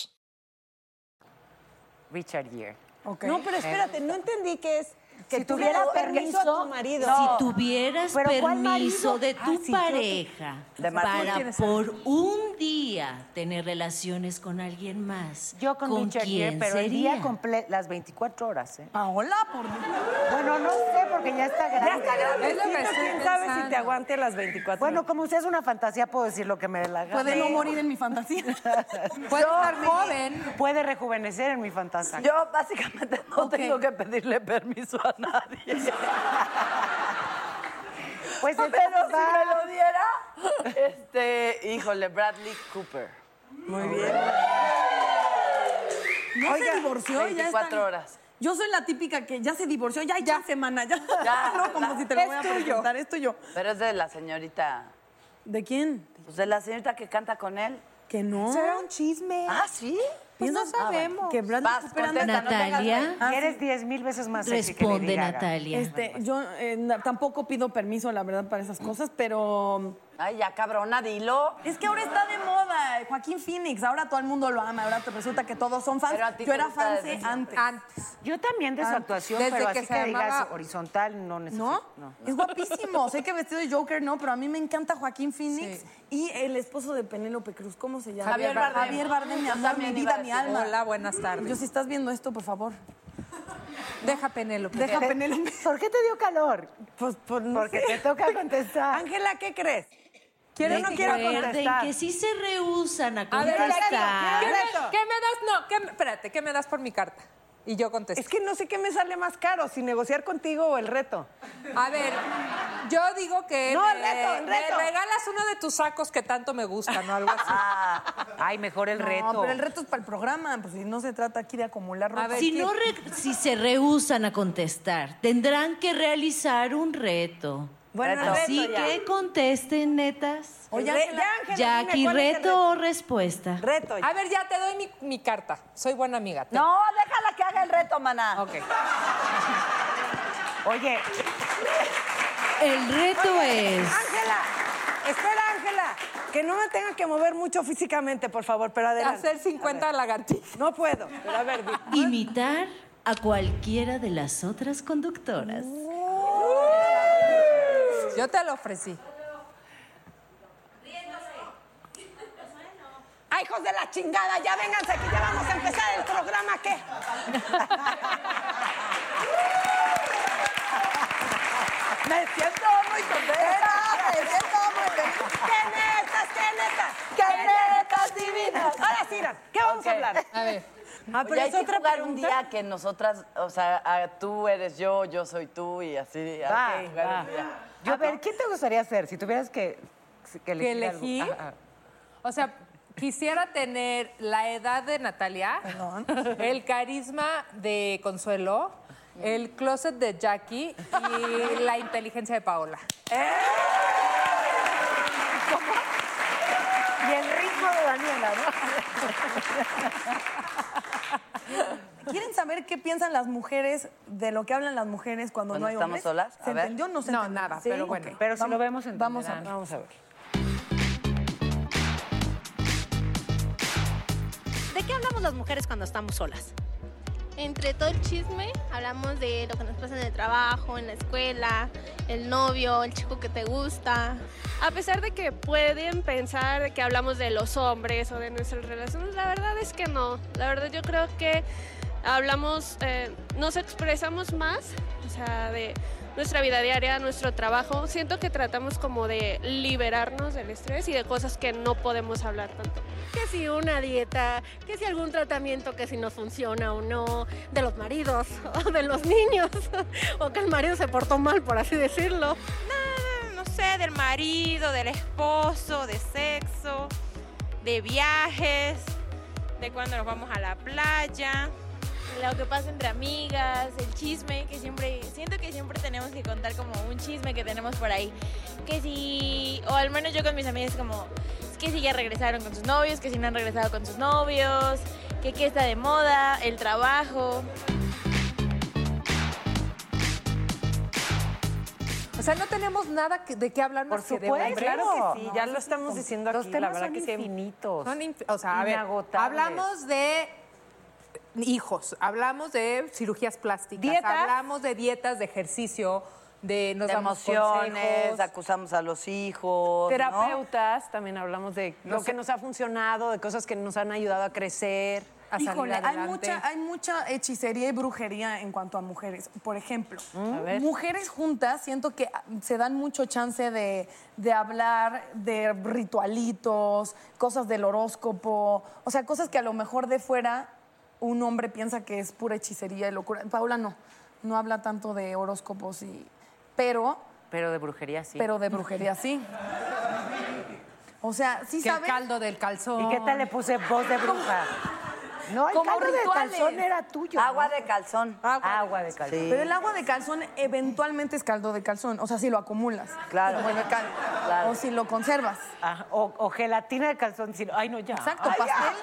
[SPEAKER 1] Richard Gere.
[SPEAKER 6] No, pero espérate, no entendí que es que
[SPEAKER 4] Si
[SPEAKER 6] tuviera
[SPEAKER 4] tuviera
[SPEAKER 6] permiso a tu
[SPEAKER 4] permiso,
[SPEAKER 6] marido.
[SPEAKER 4] no.
[SPEAKER 11] Si tuvieras
[SPEAKER 4] Pero ¿cuál
[SPEAKER 11] permiso
[SPEAKER 4] marido?
[SPEAKER 11] de
[SPEAKER 4] Ah,
[SPEAKER 11] tu
[SPEAKER 4] sí, yo-
[SPEAKER 11] pareja
[SPEAKER 4] De Martín.
[SPEAKER 11] para
[SPEAKER 4] ¿Quieres saber?
[SPEAKER 11] por un día tener relaciones con alguien más,
[SPEAKER 4] Yo con, Richard Gere,
[SPEAKER 11] quién
[SPEAKER 4] pero el
[SPEAKER 11] sería?
[SPEAKER 4] día completo, las 24 horas, ¿eh?
[SPEAKER 6] Paola, por Dios.
[SPEAKER 4] Bueno, no sé, porque ya está grande.
[SPEAKER 6] Ya está grande.
[SPEAKER 4] Es lo que
[SPEAKER 6] ¿Quién
[SPEAKER 4] estoy
[SPEAKER 6] sabe si
[SPEAKER 4] pensando.
[SPEAKER 6] te aguante las 24?
[SPEAKER 4] Bueno, como usted es una fantasía, puedo decir lo que me dé la gana.
[SPEAKER 6] Puede no morir en mi
[SPEAKER 3] [LAUGHS]
[SPEAKER 6] fantasía. Puede
[SPEAKER 4] Yo,
[SPEAKER 6] estar
[SPEAKER 4] mi-
[SPEAKER 6] joven.
[SPEAKER 4] Puede rejuvenecer en mi fantasía.
[SPEAKER 3] Yo básicamente no tengo que pedirle permiso a nadie.
[SPEAKER 4] Pues
[SPEAKER 3] Pero
[SPEAKER 4] entonces
[SPEAKER 3] si
[SPEAKER 4] va.
[SPEAKER 3] me lo diera, este, híjole, Bradley Cooper.
[SPEAKER 6] Muy bien. No se divorció y ya está.
[SPEAKER 3] 24 horas.
[SPEAKER 6] Yo soy la típica que ya se divorció, ya hay ya semana, ya.
[SPEAKER 3] Ya,
[SPEAKER 6] [LAUGHS] no, como
[SPEAKER 3] la-
[SPEAKER 6] si te lo
[SPEAKER 3] es
[SPEAKER 6] voy a
[SPEAKER 3] tuyo.
[SPEAKER 6] presentar, es tuyo.
[SPEAKER 3] Pero es de la señorita.
[SPEAKER 6] ¿De quién?
[SPEAKER 3] Pues de la señorita que canta con él.
[SPEAKER 6] Que no.
[SPEAKER 3] Será
[SPEAKER 6] un chisme.
[SPEAKER 3] Ah, sí.
[SPEAKER 6] Pues no sabemos. Que Bradley
[SPEAKER 3] Vas,
[SPEAKER 6] Cooper anda-
[SPEAKER 3] contesta, no te hagas
[SPEAKER 11] Natalia.
[SPEAKER 3] güey.
[SPEAKER 11] Ah,
[SPEAKER 4] Eres 10 mil veces más sexy que
[SPEAKER 11] Responde,
[SPEAKER 4] Lady Gaga.
[SPEAKER 11] Natalia.
[SPEAKER 6] Este, yo eh, na- tampoco pido permiso, la verdad, para esas cosas, pero
[SPEAKER 3] Mm.
[SPEAKER 6] mm,
[SPEAKER 3] Ay, ya cabrona, dilo.
[SPEAKER 6] es que ahora está de moda. eh, Joaquín Phoenix, ahora todo el mundo lo ama, ahora te resulta que todos son fans.
[SPEAKER 3] Pero a ti
[SPEAKER 6] Yo
[SPEAKER 3] te
[SPEAKER 6] era
[SPEAKER 3] gusta
[SPEAKER 6] fan
[SPEAKER 3] desde
[SPEAKER 6] sí,
[SPEAKER 3] siempre.
[SPEAKER 6] antes.
[SPEAKER 4] Yo también de su
[SPEAKER 6] Ah,
[SPEAKER 4] actuación,
[SPEAKER 6] desde
[SPEAKER 4] pero
[SPEAKER 6] que
[SPEAKER 4] así
[SPEAKER 6] se
[SPEAKER 4] que, digas
[SPEAKER 6] llamaba-
[SPEAKER 4] horizontal no necesito.
[SPEAKER 6] ¿No? Es guapísimo. sé que vestido de Joker, no, pero a mí me encanta Joaquín Phoenix y el esposo de Penélope Cruz. ¿Cómo se llama?
[SPEAKER 3] Javier Bardem.
[SPEAKER 6] Javier Bardem, mi
[SPEAKER 3] Yo
[SPEAKER 6] amor, mi
[SPEAKER 3] también iba
[SPEAKER 6] vida,
[SPEAKER 3] a
[SPEAKER 6] mi
[SPEAKER 3] decir.
[SPEAKER 6] alma.
[SPEAKER 5] Hola, buenas tardes.
[SPEAKER 6] Yo, si estás viendo esto, por favor,
[SPEAKER 5] Deja Penélope.
[SPEAKER 6] deja Penélope.
[SPEAKER 4] [LAUGHS] ¿Por qué te dio calor?
[SPEAKER 6] Pues, pues, no
[SPEAKER 4] Porque
[SPEAKER 6] sé.
[SPEAKER 4] te toca contestar.
[SPEAKER 6] Ángela, ¿qué crees? ¿Quiero o no quiero
[SPEAKER 11] Recuerden
[SPEAKER 6] contestar?
[SPEAKER 11] que si se rehusan a
[SPEAKER 5] A ver, ¿qué,
[SPEAKER 11] contestar.
[SPEAKER 5] ¿qué me, qué me das? No, ¿qué me- espérate, ¿qué me das por mi carta? Y yo contesto.
[SPEAKER 6] Es que no sé qué me sale más caro, si negociar contigo o el reto.
[SPEAKER 5] A ver, yo digo que
[SPEAKER 6] No,
[SPEAKER 5] me,
[SPEAKER 6] el reto, el
[SPEAKER 5] me
[SPEAKER 6] reto.
[SPEAKER 5] regalas uno de tus sacos que tanto me gustan o algo así.
[SPEAKER 4] Ay, mejor el reto.
[SPEAKER 6] No, pero el reto es para el programa, pues si no se trata aquí de acumular ropa.
[SPEAKER 5] A ver,
[SPEAKER 11] Si,
[SPEAKER 5] ¿qué?
[SPEAKER 11] no re- si se rehusan a contestar, tendrán que realizar un reto.
[SPEAKER 6] Bueno, el
[SPEAKER 11] Así
[SPEAKER 6] reto ya.
[SPEAKER 11] que contesten, netas.
[SPEAKER 6] Oye,
[SPEAKER 11] Re-
[SPEAKER 6] Ángela, Ángela,
[SPEAKER 11] ya
[SPEAKER 6] dime,
[SPEAKER 11] aquí
[SPEAKER 6] ¿cuál es el
[SPEAKER 11] reto o respuesta.
[SPEAKER 6] Reto.
[SPEAKER 5] A ver, ya te doy mi, mi carta. Soy buena amiga. te-
[SPEAKER 3] No, déjala que haga el reto, maná.
[SPEAKER 5] Ok.
[SPEAKER 4] Oye,
[SPEAKER 11] El reto es.
[SPEAKER 6] Ángela, espera, Ángela, que no me tenga que mover mucho físicamente, por favor, pero adelante.
[SPEAKER 5] Hacer 50 lagartijas.
[SPEAKER 6] No puedo, pero a ver, di.
[SPEAKER 11] Imitar a cualquiera de las otras conductoras.
[SPEAKER 5] Yo te lo ofrecí.
[SPEAKER 6] ¡Ay, hijos de la chingada! Ya vénganse aquí, ya vamos a empezar el programa, ¿qué? [LAUGHS]
[SPEAKER 3] Me siento muy contenta. Me siento muy feliz. ¡Qué netas, qué netas! ¡Qué netas divinas!
[SPEAKER 4] [LAUGHS]
[SPEAKER 6] Ahora sí, Irán, ¿qué vamos a
[SPEAKER 3] Ok.
[SPEAKER 6] hablar?
[SPEAKER 5] A ver.
[SPEAKER 6] Ah,
[SPEAKER 3] Oye, hay que jugar un día que nosotras, o sea, a- tú eres yo, yo soy tú y así.
[SPEAKER 4] va,
[SPEAKER 3] hay que jugar
[SPEAKER 4] va.
[SPEAKER 3] un día.
[SPEAKER 4] Yo, a ver, ¿quién te gustaría ser si tuvieras que,
[SPEAKER 5] que
[SPEAKER 4] que elegir?
[SPEAKER 5] elegí.
[SPEAKER 4] algo? Ah, ah.
[SPEAKER 5] O sea, quisiera tener la edad de Natalia, el carisma de Consuelo, el closet de Jackie y la inteligencia de Paola.
[SPEAKER 4] Y el ritmo de Daniela, ¿no?
[SPEAKER 6] ¿Quieren saber qué piensan las mujeres de lo que hablan las mujeres cuando
[SPEAKER 3] Bueno,
[SPEAKER 6] no hay
[SPEAKER 3] ¿estamos
[SPEAKER 6] hombres?
[SPEAKER 3] solas? A
[SPEAKER 6] ¿Se
[SPEAKER 3] ver.
[SPEAKER 6] entendió? No se
[SPEAKER 5] No,
[SPEAKER 6] entendió.
[SPEAKER 5] nada,
[SPEAKER 6] ¿Sí?
[SPEAKER 5] pero bueno.
[SPEAKER 6] Ok.
[SPEAKER 4] Pero si
[SPEAKER 6] Vamos-
[SPEAKER 4] lo vemos,
[SPEAKER 6] Vamos a
[SPEAKER 4] entenderán.
[SPEAKER 6] ver.
[SPEAKER 4] Vamos a ver.
[SPEAKER 7] ¿De qué hablamos las mujeres cuando estamos solas?
[SPEAKER 13] Entre todo el chisme hablamos de lo que nos pasa en el trabajo, en la escuela, el novio, el chico que te gusta. A pesar de que pueden pensar que hablamos de los hombres o de nuestras relaciones, la verdad es que no. La verdad yo creo que hablamos, eh, nos expresamos más, o sea, de nuestra vida diaria, nuestro trabajo. Siento que tratamos como de liberarnos del estrés y de cosas que no podemos hablar tanto.
[SPEAKER 14] que si una dieta, que si algún tratamiento que si nos funciona o no, de los maridos [LAUGHS] o de los niños, [LAUGHS] o que el marido se portó mal, por así decirlo.
[SPEAKER 15] no sé, del marido, del esposo, de sexo, de viajes, de cuando nos vamos a la playa, lo que pasa entre amigas, el chisme, que siempre, siento que siempre tenemos que contar como un chisme que tenemos por ahí. Que si, o al menos yo con mis amigas como, que si ya regresaron con sus novios, que si no han regresado con sus novios, que qué está de moda, el trabajo.
[SPEAKER 5] O sea, no tenemos nada que- de qué hablar más que de
[SPEAKER 6] supuesto,
[SPEAKER 5] hombre.
[SPEAKER 6] claro que sí, ya lo estamos
[SPEAKER 5] son-
[SPEAKER 6] diciendo
[SPEAKER 5] los
[SPEAKER 6] aquí, la
[SPEAKER 5] temas
[SPEAKER 6] verdad
[SPEAKER 5] son
[SPEAKER 6] que sí.
[SPEAKER 5] infinitos. Son inf- o sea, a ver,
[SPEAKER 6] Inagotables.
[SPEAKER 5] hablamos de hijos, hablamos de cirugías plásticas,
[SPEAKER 3] Dietas.
[SPEAKER 5] hablamos de dietas, de ejercicio, de nos
[SPEAKER 3] de
[SPEAKER 5] damos
[SPEAKER 3] emociones,
[SPEAKER 5] consejos.
[SPEAKER 3] acusamos a los hijos. ¿no?
[SPEAKER 6] Terapeutas, también hablamos de
[SPEAKER 3] No
[SPEAKER 6] lo
[SPEAKER 3] sé.
[SPEAKER 6] que nos ha funcionado, de cosas que nos han ayudado a crecer, a
[SPEAKER 2] Híjole,
[SPEAKER 6] salir
[SPEAKER 2] hay
[SPEAKER 6] adelante.
[SPEAKER 2] mucha, hay mucha hechicería y brujería en cuanto a mujeres. Por ejemplo,
[SPEAKER 6] A ver.
[SPEAKER 2] mujeres juntas siento que ah, se dan mucho chance de, de hablar de ritualitos, cosas del horóscopo, o sea, cosas que a lo mejor de fuera un hombre piensa que es pura hechicería y locura. Paula no, no habla tanto de horóscopos y... Pero,
[SPEAKER 1] Pero de brujería sí.
[SPEAKER 2] pero de brujería sí. O sea, sí
[SPEAKER 5] Que el
[SPEAKER 2] sabe...
[SPEAKER 5] caldo del calzón.
[SPEAKER 2] ¿Y qué tal le
[SPEAKER 4] puse voz de bruja?
[SPEAKER 2] No,
[SPEAKER 4] el caldo de calzón era
[SPEAKER 2] tuyo.
[SPEAKER 3] Agua de calzón.
[SPEAKER 2] Agua,
[SPEAKER 4] Agua de calzón.
[SPEAKER 2] Pero el agua de calzón eventualmente es caldo de calzón. O sea, si lo acumulas.
[SPEAKER 3] Claro.
[SPEAKER 2] Bueno, cal- O si lo conservas.
[SPEAKER 4] Ah, o, o gelatina de calzón. si no- Ay, no, ya.
[SPEAKER 2] Exacto,
[SPEAKER 4] Ay, ya.
[SPEAKER 2] pastel,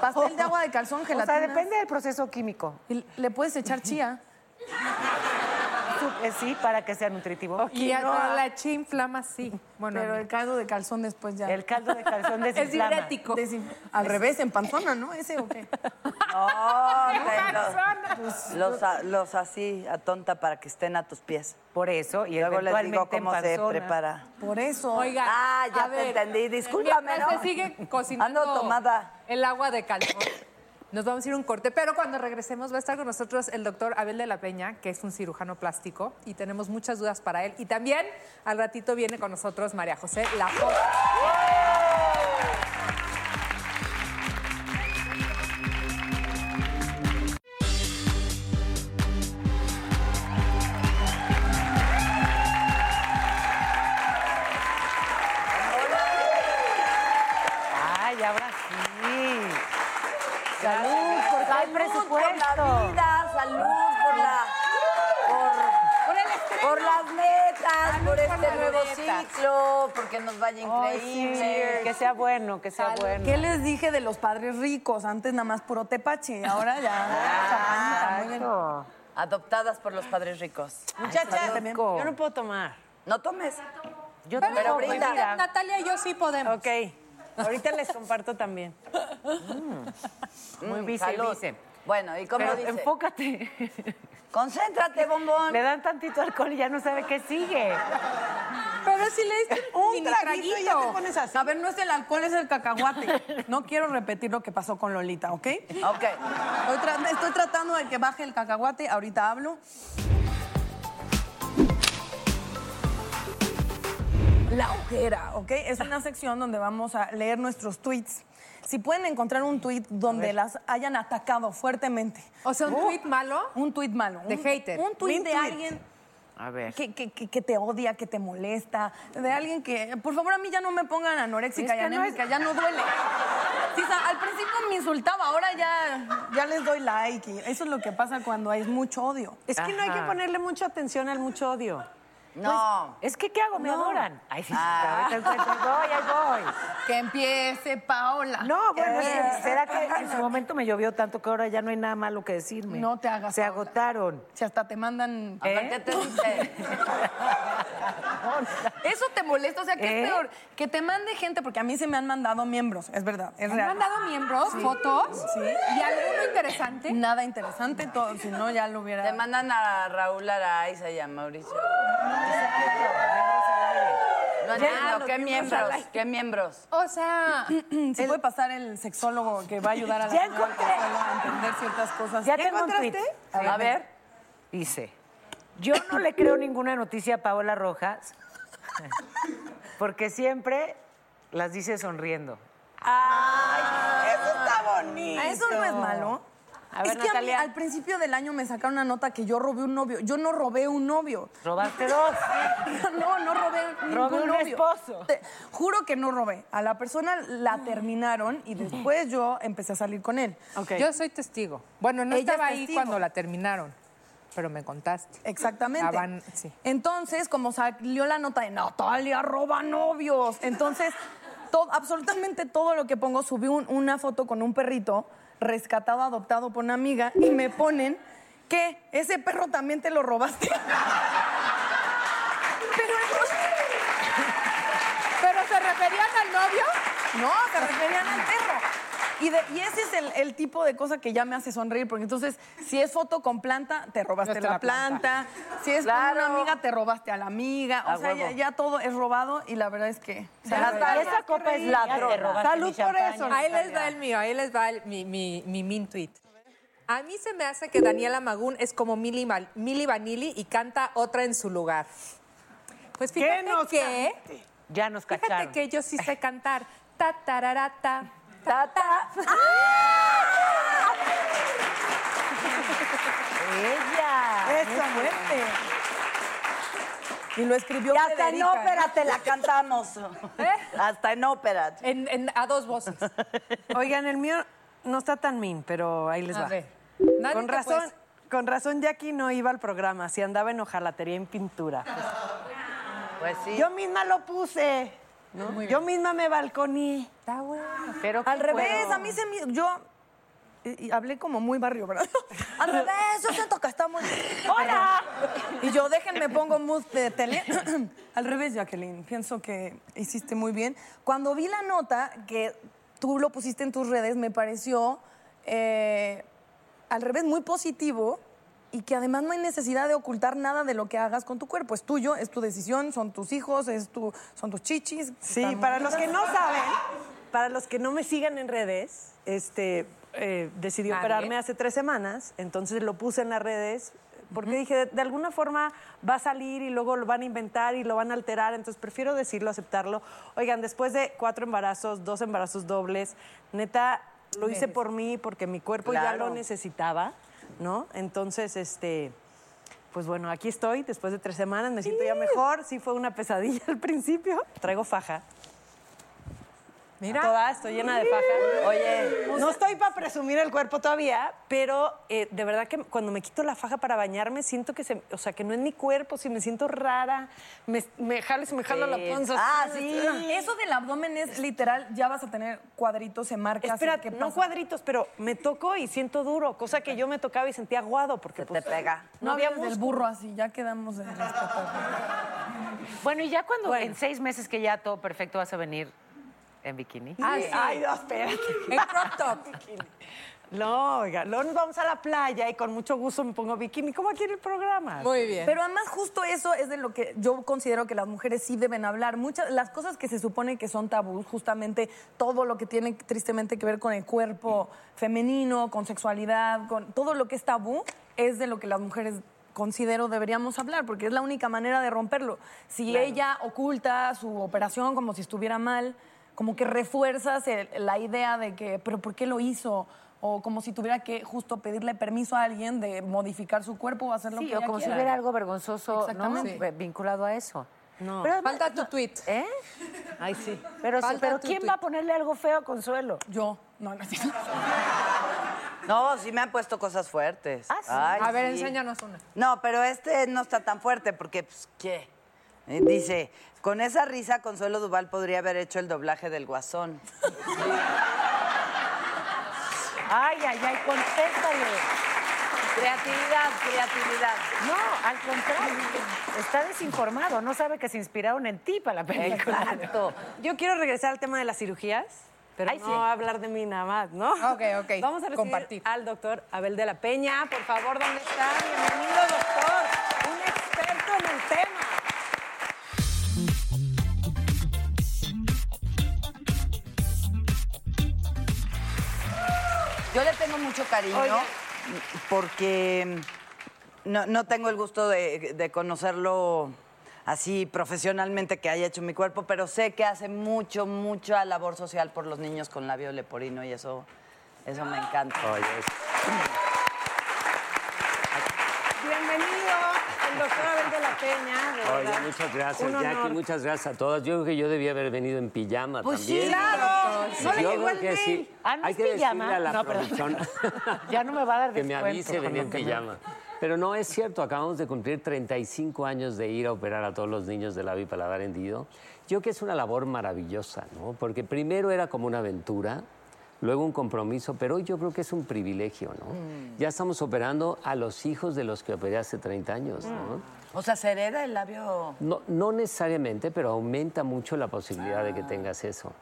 [SPEAKER 2] pastel de agua de calzón, gelatina.
[SPEAKER 4] O sea, depende del proceso químico.
[SPEAKER 2] Y le puedes echar chía.
[SPEAKER 4] Tú- eh, Sí, para que sea nutritivo.
[SPEAKER 5] Y hasta la chinflama sí. Bueno,
[SPEAKER 2] ah. pero
[SPEAKER 5] a mí.
[SPEAKER 2] el caldo de calzón después ya.
[SPEAKER 4] El caldo de
[SPEAKER 5] [LAUGHS]
[SPEAKER 4] calzón
[SPEAKER 5] Es
[SPEAKER 4] desinflama.
[SPEAKER 5] diurético.
[SPEAKER 2] Desin- Al revés, en panzona, ¿no? ¿Ese o
[SPEAKER 3] [LAUGHS]
[SPEAKER 2] qué?
[SPEAKER 3] No, te-
[SPEAKER 2] Calzones.
[SPEAKER 3] los, los, a- los así, a tonta, para que estén a tus pies.
[SPEAKER 4] Por eso, y
[SPEAKER 3] luego les digo
[SPEAKER 4] eventualmente en
[SPEAKER 3] cómo se
[SPEAKER 4] panzona.
[SPEAKER 3] prepara.
[SPEAKER 2] Por eso.
[SPEAKER 5] Oiga,
[SPEAKER 3] Ah, ya
[SPEAKER 5] a
[SPEAKER 3] te
[SPEAKER 5] ver,
[SPEAKER 3] entendí. Discúlpame,
[SPEAKER 5] mientras
[SPEAKER 3] ¿no?
[SPEAKER 5] se sigue cocinando
[SPEAKER 3] Ando tomada.
[SPEAKER 5] el agua de calzón. Nos vamos a ir a un corte, pero cuando regresemos va a estar con nosotros el doctor Abel de la Peña, que es un cirujano plástico, y tenemos muchas dudas para él. Y también al ratito viene con nosotros María José Lafoz.
[SPEAKER 4] Ay, ahora sí.
[SPEAKER 3] Salud, por
[SPEAKER 4] Hay presupuesto.
[SPEAKER 3] por la vida, salud por la. Por, por las metas, por este nuevo ciclo, porque nos vaya increíble.
[SPEAKER 4] que sea bueno, que sea bueno.
[SPEAKER 2] ¿Qué les dije de los padres ricos? Antes nada más puro tepache, ahora
[SPEAKER 3] Ah,
[SPEAKER 2] ya. chapañita, muy bien.
[SPEAKER 3] Adoptadas por los padres ricos.
[SPEAKER 6] Muchachas, yo no puedo tomar.
[SPEAKER 3] No tomes.
[SPEAKER 6] Yo
[SPEAKER 5] Pero
[SPEAKER 3] Pero
[SPEAKER 5] no,
[SPEAKER 4] pues
[SPEAKER 3] brinda.
[SPEAKER 5] mira, Natalia y yo sí podemos.
[SPEAKER 6] Ok, ahorita les comparto también.
[SPEAKER 4] Muy
[SPEAKER 3] Mm,
[SPEAKER 4] vice,
[SPEAKER 3] salud.
[SPEAKER 4] vice.
[SPEAKER 3] Bueno, ¿y cómo
[SPEAKER 4] Pero
[SPEAKER 3] dice?
[SPEAKER 4] enfócate. [LAUGHS]
[SPEAKER 3] Concéntrate, bombón.
[SPEAKER 4] Le dan tantito alcohol y ya no sabe qué sigue.
[SPEAKER 5] Pero si le diste
[SPEAKER 2] Un
[SPEAKER 5] mini
[SPEAKER 2] traguito y ya te
[SPEAKER 5] traguito.
[SPEAKER 2] pones así. A ver, no es el alcohol, es el cacahuate. No quiero repetir lo que pasó con Lolita, ¿ok?
[SPEAKER 3] Ok.
[SPEAKER 2] Estoy, tra- estoy tratando de que baje el cacahuate, ahorita hablo. La ojera, ¿ok? Es una sección donde vamos a leer nuestros tweets. Si pueden encontrar un tweet donde las hayan atacado fuertemente.
[SPEAKER 5] O sea, un
[SPEAKER 2] Uh,
[SPEAKER 5] tweet malo.
[SPEAKER 2] Un tweet malo.
[SPEAKER 5] De
[SPEAKER 2] un-
[SPEAKER 5] hater.
[SPEAKER 2] Un tweet
[SPEAKER 5] Mean
[SPEAKER 2] de
[SPEAKER 5] tweet.
[SPEAKER 2] alguien
[SPEAKER 4] A ver.
[SPEAKER 2] que, que- que- que te odia, que te molesta, de alguien que, por favor, a mí ya no me pongan anoréxica
[SPEAKER 4] Es
[SPEAKER 2] y
[SPEAKER 4] que no es-
[SPEAKER 2] anémica, ya no duele. Sí, o sea, al principio me insultaba, ahora ya, ya les doy like. y eso es lo que pasa cuando hay mucho odio.
[SPEAKER 6] Es que no hay que
[SPEAKER 4] Ajá.
[SPEAKER 6] ponerle mucha atención al mucho odio.
[SPEAKER 3] No.
[SPEAKER 4] Es que, ¿qué hago? ¿Me
[SPEAKER 6] No.
[SPEAKER 4] adoran? Ay, sí,
[SPEAKER 3] Ah.
[SPEAKER 4] ahorita encuentro, ahí voy, ahí voy.
[SPEAKER 2] [LAUGHS] Que empiece Paola.
[SPEAKER 4] No, bueno, es que,
[SPEAKER 2] Eh,
[SPEAKER 4] será que en su momento me llovió tanto que ahora ya no hay nada malo que decirme.
[SPEAKER 2] No te hagas,
[SPEAKER 4] Se
[SPEAKER 2] Paola.
[SPEAKER 4] agotaron.
[SPEAKER 2] Si hasta te mandan... ¿Eh?
[SPEAKER 3] A ver, ¿qué te dice?
[SPEAKER 2] Eso te molesta, o sea, ¿qué
[SPEAKER 4] ¿Eh?
[SPEAKER 2] es peor? Que te mande gente, porque a mí se me han mandado miembros, es verdad, es
[SPEAKER 5] Me
[SPEAKER 2] real.
[SPEAKER 5] han mandado miembros, fotos
[SPEAKER 2] Sí.
[SPEAKER 5] y alguno interesante.
[SPEAKER 2] Nada interesante, todo, si no ya lo hubiera...
[SPEAKER 3] Te mandan a Raúl Araiza y a Mauricio. No entiendo, ¿qué miembros? ¿Qué miembros?
[SPEAKER 5] O [CLEARS THROAT] sea,
[SPEAKER 2] Si puede pasar el sexólogo que va a ayudar a la
[SPEAKER 4] Ya
[SPEAKER 2] señora
[SPEAKER 4] encontré.
[SPEAKER 2] que solo a entender ciertas cosas.
[SPEAKER 4] Ya tengo un tuit.
[SPEAKER 3] A ver.
[SPEAKER 4] Dice, yo no le creo ninguna noticia a Paola Rojas [LAUGHS] porque siempre las dice sonriendo.
[SPEAKER 3] Eso está bonito.
[SPEAKER 2] Ah, Eso no es malo.
[SPEAKER 4] A ver,
[SPEAKER 2] es que a mí,
[SPEAKER 4] Natalia.
[SPEAKER 2] al principio del año me sacaron una nota que yo robé un novio. Yo no robé un novio.
[SPEAKER 4] Robaste dos.
[SPEAKER 2] [LAUGHS] no, no robé ningún
[SPEAKER 4] Robé un
[SPEAKER 2] novio.
[SPEAKER 4] esposo. Mm.
[SPEAKER 2] Te- juro que no robé. A la persona la terminaron y después yo empecé a salir con él.
[SPEAKER 5] Yo soy testigo. Bueno, no
[SPEAKER 2] Ella
[SPEAKER 5] estaba
[SPEAKER 2] es
[SPEAKER 5] ahí
[SPEAKER 2] testigo. Eh,
[SPEAKER 5] cuando la terminaron, pero me contaste.
[SPEAKER 2] Exactamente.
[SPEAKER 5] Estaban- sí.
[SPEAKER 2] Entonces, como salió la nota de Natalia roba novios, entonces to- absolutamente todo lo que pongo, subí un- una foto con un perrito rescatado, adoptado por una amiga y me ponen que ese perro también te lo robaste. [LAUGHS]
[SPEAKER 5] ¿Pero se referían al novio?
[SPEAKER 2] No, se referían al perro. Y, de- y ese es el, el tipo de cosa que ya me hace sonreír, porque entonces, si es foto con planta, te robaste
[SPEAKER 5] Nuestra
[SPEAKER 2] la planta. Si es con una amiga, te robaste a la amiga.
[SPEAKER 3] A
[SPEAKER 2] o sea, ya,
[SPEAKER 3] huevo.
[SPEAKER 2] ya todo es robado y la verdad es que...
[SPEAKER 3] Natalia, esa copa es ladrona. Salud por eso.
[SPEAKER 5] Ahí les va el mío, ahí les va el- mi, mi, mi mean tweet. A mí se me hace que Daniela Magún es como Milly, Mal- Milly Vanilli y canta otra en su lugar. Pues fíjate que...
[SPEAKER 4] Ya nos
[SPEAKER 5] Fíjate
[SPEAKER 4] cacharon.
[SPEAKER 5] que yo sí sé cantar. Ta, tararata.
[SPEAKER 4] Ta, ta.
[SPEAKER 3] Ella.
[SPEAKER 2] Esa muerte. Y lo escribió
[SPEAKER 3] Y hasta en
[SPEAKER 2] Federica,
[SPEAKER 3] ópera
[SPEAKER 2] ¿eh?
[SPEAKER 3] te la
[SPEAKER 4] [LAUGHS]
[SPEAKER 3] cantamos.
[SPEAKER 4] ¿Eh?
[SPEAKER 3] Hasta en ópera.
[SPEAKER 5] a dos voces.
[SPEAKER 6] Oigan, el mío no está tan min, pero ahí les
[SPEAKER 5] A
[SPEAKER 6] va.
[SPEAKER 5] ver. pues. Nadie
[SPEAKER 6] Con
[SPEAKER 5] te
[SPEAKER 6] razón,
[SPEAKER 5] puede-
[SPEAKER 6] con razón Jackie no iba al programa, si andaba en hojalatería en pintura.
[SPEAKER 3] Pues sí.
[SPEAKER 6] Yo misma lo puse.
[SPEAKER 5] Pues
[SPEAKER 6] ¿no? Yo misma me balconí.
[SPEAKER 5] Está bueno.
[SPEAKER 6] Al revés,
[SPEAKER 2] a mí se me... Yo... y- y hablé como muy barrio,
[SPEAKER 6] [LAUGHS]
[SPEAKER 2] ¿verdad? Al revés, yo siento que estamos... ¡Hola! Y yo, déjenme, pongo mood de tele. [CLEARS THROAT] Al revés, Jacqueline, pienso que hiciste muy bien. Cuando vi la nota que tú lo pusiste en tus redes, me pareció eh, al revés muy positivo y que además no hay necesidad de ocultar nada de lo que hagas con tu cuerpo. Es tuyo, es tu decisión, son tus hijos, es tu, son tus chichis.
[SPEAKER 6] Sí, para los que no saben, para los que no me sigan en redes, este, eh, decidí
[SPEAKER 4] Nadie.
[SPEAKER 6] operarme hace tres semanas, entonces lo puse en las redes porque dije, de, de alguna forma va a salir y luego lo van a inventar y lo van a alterar, entonces prefiero decirlo, aceptarlo. Oigan, después de cuatro embarazos, dos embarazos dobles, neta, lo hice por mí porque mi cuerpo ya
[SPEAKER 4] Claro.
[SPEAKER 6] lo necesitaba, ¿no? Entonces, este... Pues bueno, aquí estoy, después de tres semanas me siento ya mejor. Sí fue una pesadilla [LAUGHS] al principio. Traigo faja.
[SPEAKER 5] Mira.
[SPEAKER 6] Toda, estoy llena de faja.
[SPEAKER 3] Oye.
[SPEAKER 6] No estoy para presumir el cuerpo todavía, pero eh, de verdad que cuando me quito la faja para bañarme, siento que se, o sea, que no es mi cuerpo, si me siento rara, me, me jalo, se me jala la panza.
[SPEAKER 1] Ah,
[SPEAKER 2] Eso del abdomen es literal, ya vas a tener cuadritos, se marca.
[SPEAKER 6] Espera, no cuadritos, pero me toco y siento duro, cosa que yo me tocaba y sentía aguado porque pues,
[SPEAKER 2] No,
[SPEAKER 6] había
[SPEAKER 2] habíamos del
[SPEAKER 6] músculo.
[SPEAKER 2] burro así, ya quedamos en
[SPEAKER 4] Bueno, y ya cuando
[SPEAKER 1] En seis meses que ya todo perfecto vas a venir en bikini.
[SPEAKER 6] Ah, sí. Ay, no, espérate. En crop top. No, oiga, luego nos vamos a la playa y con mucho gusto me pongo bikini. ¿Cómo aquí en el programa?
[SPEAKER 2] Pero además justo eso es de lo que yo considero que las mujeres sí deben hablar. Muchas las cosas que se supone que son tabú, justamente todo lo que tiene tristemente que ver con el cuerpo femenino, con sexualidad, con todo lo que es tabú es de lo que las mujeres considero deberíamos hablar porque es la única manera de romperlo. Si ella oculta su operación como si estuviera mal, como que refuerzas el- la idea de que, pero ¿por qué lo hizo? O como si tuviera que justo pedirle permiso a alguien de modificar su cuerpo o hacer lo
[SPEAKER 1] Sí,
[SPEAKER 2] que
[SPEAKER 1] o
[SPEAKER 2] ella
[SPEAKER 1] como si
[SPEAKER 2] quiera.
[SPEAKER 1] hubiera algo vergonzoso ¿no?
[SPEAKER 2] Exactamente.
[SPEAKER 1] Ve- vinculado a eso.
[SPEAKER 6] No.
[SPEAKER 1] Pero,
[SPEAKER 5] Falta tu tweet.
[SPEAKER 1] ¿Eh?
[SPEAKER 6] Ay, sí.
[SPEAKER 1] Pero, sí,
[SPEAKER 6] Falta
[SPEAKER 1] pero
[SPEAKER 6] tu
[SPEAKER 1] ¿quién
[SPEAKER 6] tuit.
[SPEAKER 1] va a ponerle algo feo a Consuelo?
[SPEAKER 2] Yo. No, no es cierto.
[SPEAKER 3] No, sí me han puesto cosas fuertes.
[SPEAKER 5] Ah, sí.
[SPEAKER 3] Ay,
[SPEAKER 5] a ver,
[SPEAKER 3] sí.
[SPEAKER 5] enséñanos una.
[SPEAKER 3] No, pero este no está tan fuerte porque, pues, ¿qué? Eh, Dice, con esa risa Consuelo Duval podría haber hecho el doblaje del Guasón.
[SPEAKER 4] Ay, ay, ay, contéstale.
[SPEAKER 3] Creatividad, creatividad.
[SPEAKER 4] No, al contrario. Está desinformado, no sabe que se inspiraron en ti para la película.
[SPEAKER 6] Exacto. Yo quiero regresar al tema de las cirugías, pero
[SPEAKER 4] Ay,
[SPEAKER 6] no
[SPEAKER 4] sí.
[SPEAKER 6] hablar de mí nada más, ¿no?
[SPEAKER 5] Ok, ok.
[SPEAKER 6] Vamos a recibir
[SPEAKER 5] Compartir.
[SPEAKER 6] al doctor Abel de la Peña. Por favor, ¿dónde está? Bienvenido, doctor. Un experto en el tema.
[SPEAKER 3] Yo le tengo mucho cariño
[SPEAKER 6] Oiga.
[SPEAKER 3] porque no, no tengo el gusto de, de conocerlo así profesionalmente que haya hecho mi cuerpo, pero sé que hace mucho, mucha labor social por los niños con labio leporino y eso, eso me encanta.
[SPEAKER 6] doctora Belga La Peña, de
[SPEAKER 16] Oye,
[SPEAKER 6] verdad.
[SPEAKER 16] muchas gracias,
[SPEAKER 6] Un honor.
[SPEAKER 16] Jackie, muchas gracias a todas. Yo creo que yo debía haber venido en pijama
[SPEAKER 6] Pues sí,
[SPEAKER 16] también.
[SPEAKER 6] claro.
[SPEAKER 16] Sí,
[SPEAKER 6] No le
[SPEAKER 16] yo
[SPEAKER 6] llegó
[SPEAKER 16] creo
[SPEAKER 6] el
[SPEAKER 16] que sí.
[SPEAKER 6] mail. Ah, ¿no
[SPEAKER 16] Hay
[SPEAKER 6] es
[SPEAKER 16] que
[SPEAKER 6] pijama?
[SPEAKER 16] decirle a la
[SPEAKER 6] No, perdón.
[SPEAKER 16] producción
[SPEAKER 4] Ya no me va a dar
[SPEAKER 16] que me
[SPEAKER 4] descuento
[SPEAKER 16] avise
[SPEAKER 4] con
[SPEAKER 16] venir
[SPEAKER 4] lo
[SPEAKER 16] en
[SPEAKER 4] que me-
[SPEAKER 16] pijama. Pero no es cierto, acabamos de cumplir 35 años de ir a operar a todos los niños de labio y paladar hendido. Yo creo que es una labor maravillosa, ¿no? Porque primero era como una aventura, luego un compromiso, pero hoy yo creo que es un privilegio, ¿no? Ya estamos operando a los hijos de los que operé hace 30 años, ¿no?
[SPEAKER 3] O sea, se hereda el labio.
[SPEAKER 16] No, no necesariamente, pero aumenta mucho la posibilidad de que tengas eso.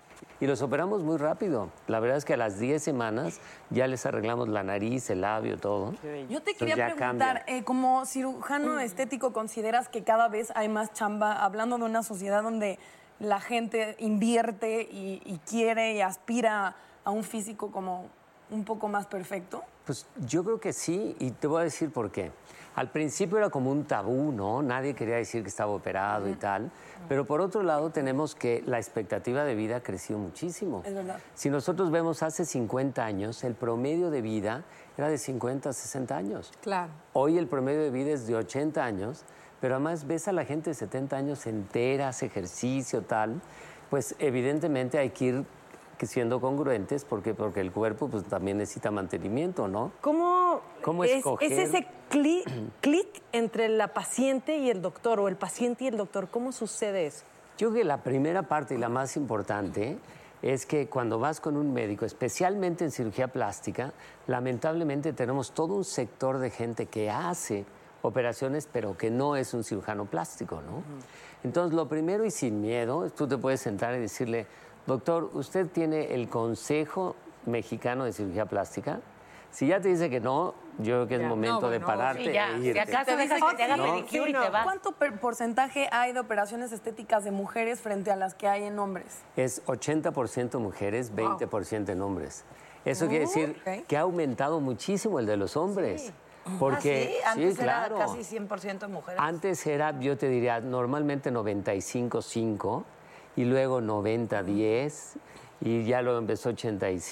[SPEAKER 16] Y los operamos muy rápido. La verdad es que a las 10 semanas ya les arreglamos la nariz, el labio, todo.
[SPEAKER 2] Yo te
[SPEAKER 16] Entonces
[SPEAKER 2] quería
[SPEAKER 16] ya cambia.
[SPEAKER 2] preguntar, eh, como cirujano estético, ¿consideras que cada vez hay más chamba, hablando de una sociedad donde la gente invierte y, y quiere y aspira a un físico como un poco más perfecto?
[SPEAKER 16] Pues yo creo que sí, y te voy a decir por qué. Al principio era como un tabú, ¿no? Nadie quería decir que estaba operado y tal. Pero por otro lado tenemos que la expectativa de vida ha crecido muchísimo.
[SPEAKER 2] Es verdad.
[SPEAKER 16] Si nosotros vemos hace 50 años, el promedio de vida era de 50 a 60 años.
[SPEAKER 5] Claro.
[SPEAKER 16] Hoy el promedio de vida es de 80 años, pero además ves a la gente de 70 años entera, hace ejercicio, tal. Pues evidentemente hay que ir que siendo congruentes porque, porque el cuerpo pues, también necesita mantenimiento, ¿no?
[SPEAKER 6] ¿Cómo,
[SPEAKER 16] ¿Cómo
[SPEAKER 6] es,
[SPEAKER 16] escoger?
[SPEAKER 6] es ese cli- clic entre la paciente y el doctor o el paciente y el doctor? ¿Cómo sucede eso?
[SPEAKER 16] Yo creo que la primera parte y la más importante es que cuando vas con un médico, especialmente en cirugía plástica, lamentablemente tenemos todo un sector de gente que hace operaciones pero que no es un cirujano plástico, ¿no? Entonces, lo primero y sin miedo, tú te puedes sentar y decirle, doctor, usted tiene el Consejo Mexicano de Cirugía Plástica. Si ya te dice que no, yo creo que es
[SPEAKER 2] Ya, no,
[SPEAKER 16] momento de
[SPEAKER 2] bueno,
[SPEAKER 16] pararte
[SPEAKER 2] sí, ya.
[SPEAKER 16] e
[SPEAKER 2] Si
[SPEAKER 16] irte.
[SPEAKER 2] acaso Te dejas que te haga pedicure
[SPEAKER 16] y te vas.
[SPEAKER 2] ¿Cuánto per- porcentaje hay de operaciones estéticas de mujeres frente a las que hay en hombres?
[SPEAKER 16] es 80% mujeres, 20% en hombres. Eso
[SPEAKER 2] Oh,
[SPEAKER 16] quiere decir
[SPEAKER 2] ok.
[SPEAKER 16] que ha aumentado muchísimo el de los hombres. Porque,
[SPEAKER 3] Ah, sí, antes
[SPEAKER 16] sí,
[SPEAKER 3] era
[SPEAKER 16] claro.
[SPEAKER 3] casi 100% mujeres.
[SPEAKER 16] Antes era, yo te diría, normalmente 95-5 y luego 90-10 y ya luego empezó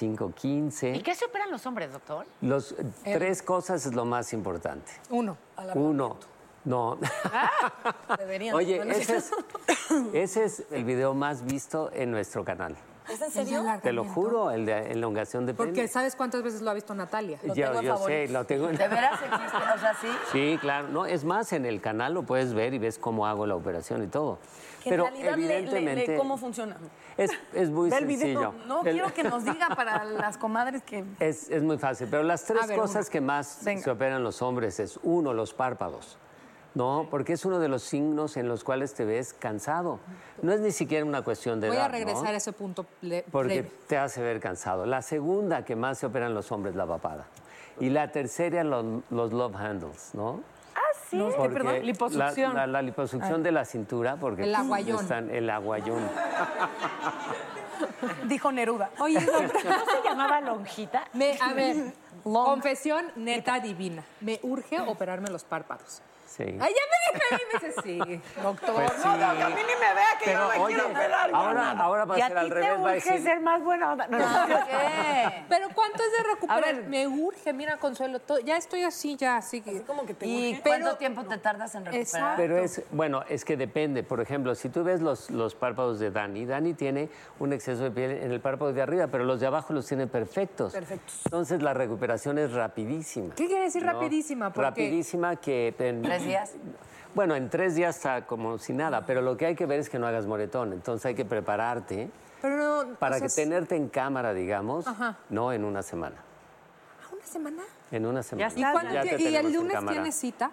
[SPEAKER 16] 85-15.
[SPEAKER 4] ¿Y qué se operan los hombres, doctor?
[SPEAKER 16] Los eh,
[SPEAKER 4] El-
[SPEAKER 16] tres cosas es lo más importante.
[SPEAKER 4] Uno.
[SPEAKER 16] Uno, no.
[SPEAKER 2] Deberían.
[SPEAKER 16] Oye,
[SPEAKER 2] ¿no? ¿No es
[SPEAKER 16] ese es,
[SPEAKER 2] cierto?
[SPEAKER 16] ese es el video más visto en nuestro canal.
[SPEAKER 2] ¿Es en serio?
[SPEAKER 16] Te lo juro, el de elongación de
[SPEAKER 5] Porque
[SPEAKER 16] pene.
[SPEAKER 5] ¿sabes cuántas veces lo ha visto Natalia?
[SPEAKER 16] yo yo sé, lo tengo. en-
[SPEAKER 3] existe? O sea, sí.
[SPEAKER 16] Sí, claro. No, es más, en el canal lo puedes ver y ves cómo hago la operación y todo. Pero evidentemente
[SPEAKER 2] ¿Cómo funciona?
[SPEAKER 16] es, es muy
[SPEAKER 2] Ve el video.
[SPEAKER 16] sencillo.
[SPEAKER 2] No
[SPEAKER 16] El-
[SPEAKER 2] quiero que nos diga para las comadres que.
[SPEAKER 16] Es, es muy fácil, pero las tres
[SPEAKER 2] A ver,
[SPEAKER 16] cosas
[SPEAKER 2] una.
[SPEAKER 16] que más
[SPEAKER 2] Venga.
[SPEAKER 16] se operan los hombres es, uno, los párpados. No, porque es uno de los signos en los cuales te ves cansado. No es ni siquiera una cuestión de
[SPEAKER 5] Voy
[SPEAKER 16] edad,
[SPEAKER 5] a
[SPEAKER 16] ¿no?
[SPEAKER 5] regresar a ese punto. ple-
[SPEAKER 16] porque
[SPEAKER 5] previo.
[SPEAKER 16] te hace ver cansado. La segunda que más se operan los hombres, la papada. Y la tercera, lo- los love handles, ¿no? Ah,
[SPEAKER 6] sí. No, ¿qué, perdón? Liposucción.
[SPEAKER 16] La, la- la liposucción
[SPEAKER 6] Ah.
[SPEAKER 16] de la cintura, porque
[SPEAKER 6] El
[SPEAKER 16] pues,
[SPEAKER 6] aguayón.
[SPEAKER 16] están- el aguayón.
[SPEAKER 2] Dijo Neruda.
[SPEAKER 5] Oye, doctora,
[SPEAKER 16] [LAUGHS]
[SPEAKER 4] ¿no se llamaba lonjita?
[SPEAKER 5] Me- a ver, confesión neta divina. Me urge operarme los párpados.
[SPEAKER 16] Sí.
[SPEAKER 5] Ay, ya me dije, y me dice, sí, doctor.
[SPEAKER 16] Pues sí.
[SPEAKER 5] No, no, que a mí ni me vea que
[SPEAKER 16] Pero,
[SPEAKER 5] yo me quiero
[SPEAKER 16] oye,
[SPEAKER 5] operar.
[SPEAKER 16] Ahora, ahora va a
[SPEAKER 4] Y a
[SPEAKER 16] ser al
[SPEAKER 4] ti te
[SPEAKER 16] revés, va a
[SPEAKER 4] urge
[SPEAKER 16] decir,
[SPEAKER 4] ser más buena onda. No, no,
[SPEAKER 5] [LAUGHS]
[SPEAKER 4] no.
[SPEAKER 5] Pero ¿cuánto es de recuperar? Me urge, mira, Consuelo, todo- ya estoy así, ya, así que... ¿Cómo que te
[SPEAKER 3] ¿Y cuánto tiempo te tardas en recuperar?
[SPEAKER 5] Exacto.
[SPEAKER 16] Pero es, bueno, es que depende. Por ejemplo, si tú ves los, los párpados de Dani, Dani tiene un exceso de piel en el párpado de arriba, pero los de abajo los tiene perfectos.
[SPEAKER 5] Perfectos.
[SPEAKER 16] Entonces la recuperación es rapidísima.
[SPEAKER 5] ¿Qué quiere decir
[SPEAKER 16] ¿no?
[SPEAKER 5] rapidísima? Porque
[SPEAKER 16] Rapidísima que... En,
[SPEAKER 5] ¿Tres días?
[SPEAKER 16] Bueno, en tres días está como si nada, pero lo que hay que ver es que no hagas moretón. Entonces hay que prepararte
[SPEAKER 5] Pero no,
[SPEAKER 16] para
[SPEAKER 5] o sea,
[SPEAKER 16] que tenerte en cámara, digamos,
[SPEAKER 5] Ajá.
[SPEAKER 16] no en una semana.
[SPEAKER 5] ¿a ¿Una semana?
[SPEAKER 16] En una semana.
[SPEAKER 5] ¿Y, cuándo
[SPEAKER 16] Ya
[SPEAKER 5] tie-
[SPEAKER 16] te
[SPEAKER 5] y
[SPEAKER 16] tenemos
[SPEAKER 5] el
[SPEAKER 16] en
[SPEAKER 5] lunes
[SPEAKER 16] cámara.
[SPEAKER 5] tienes cita?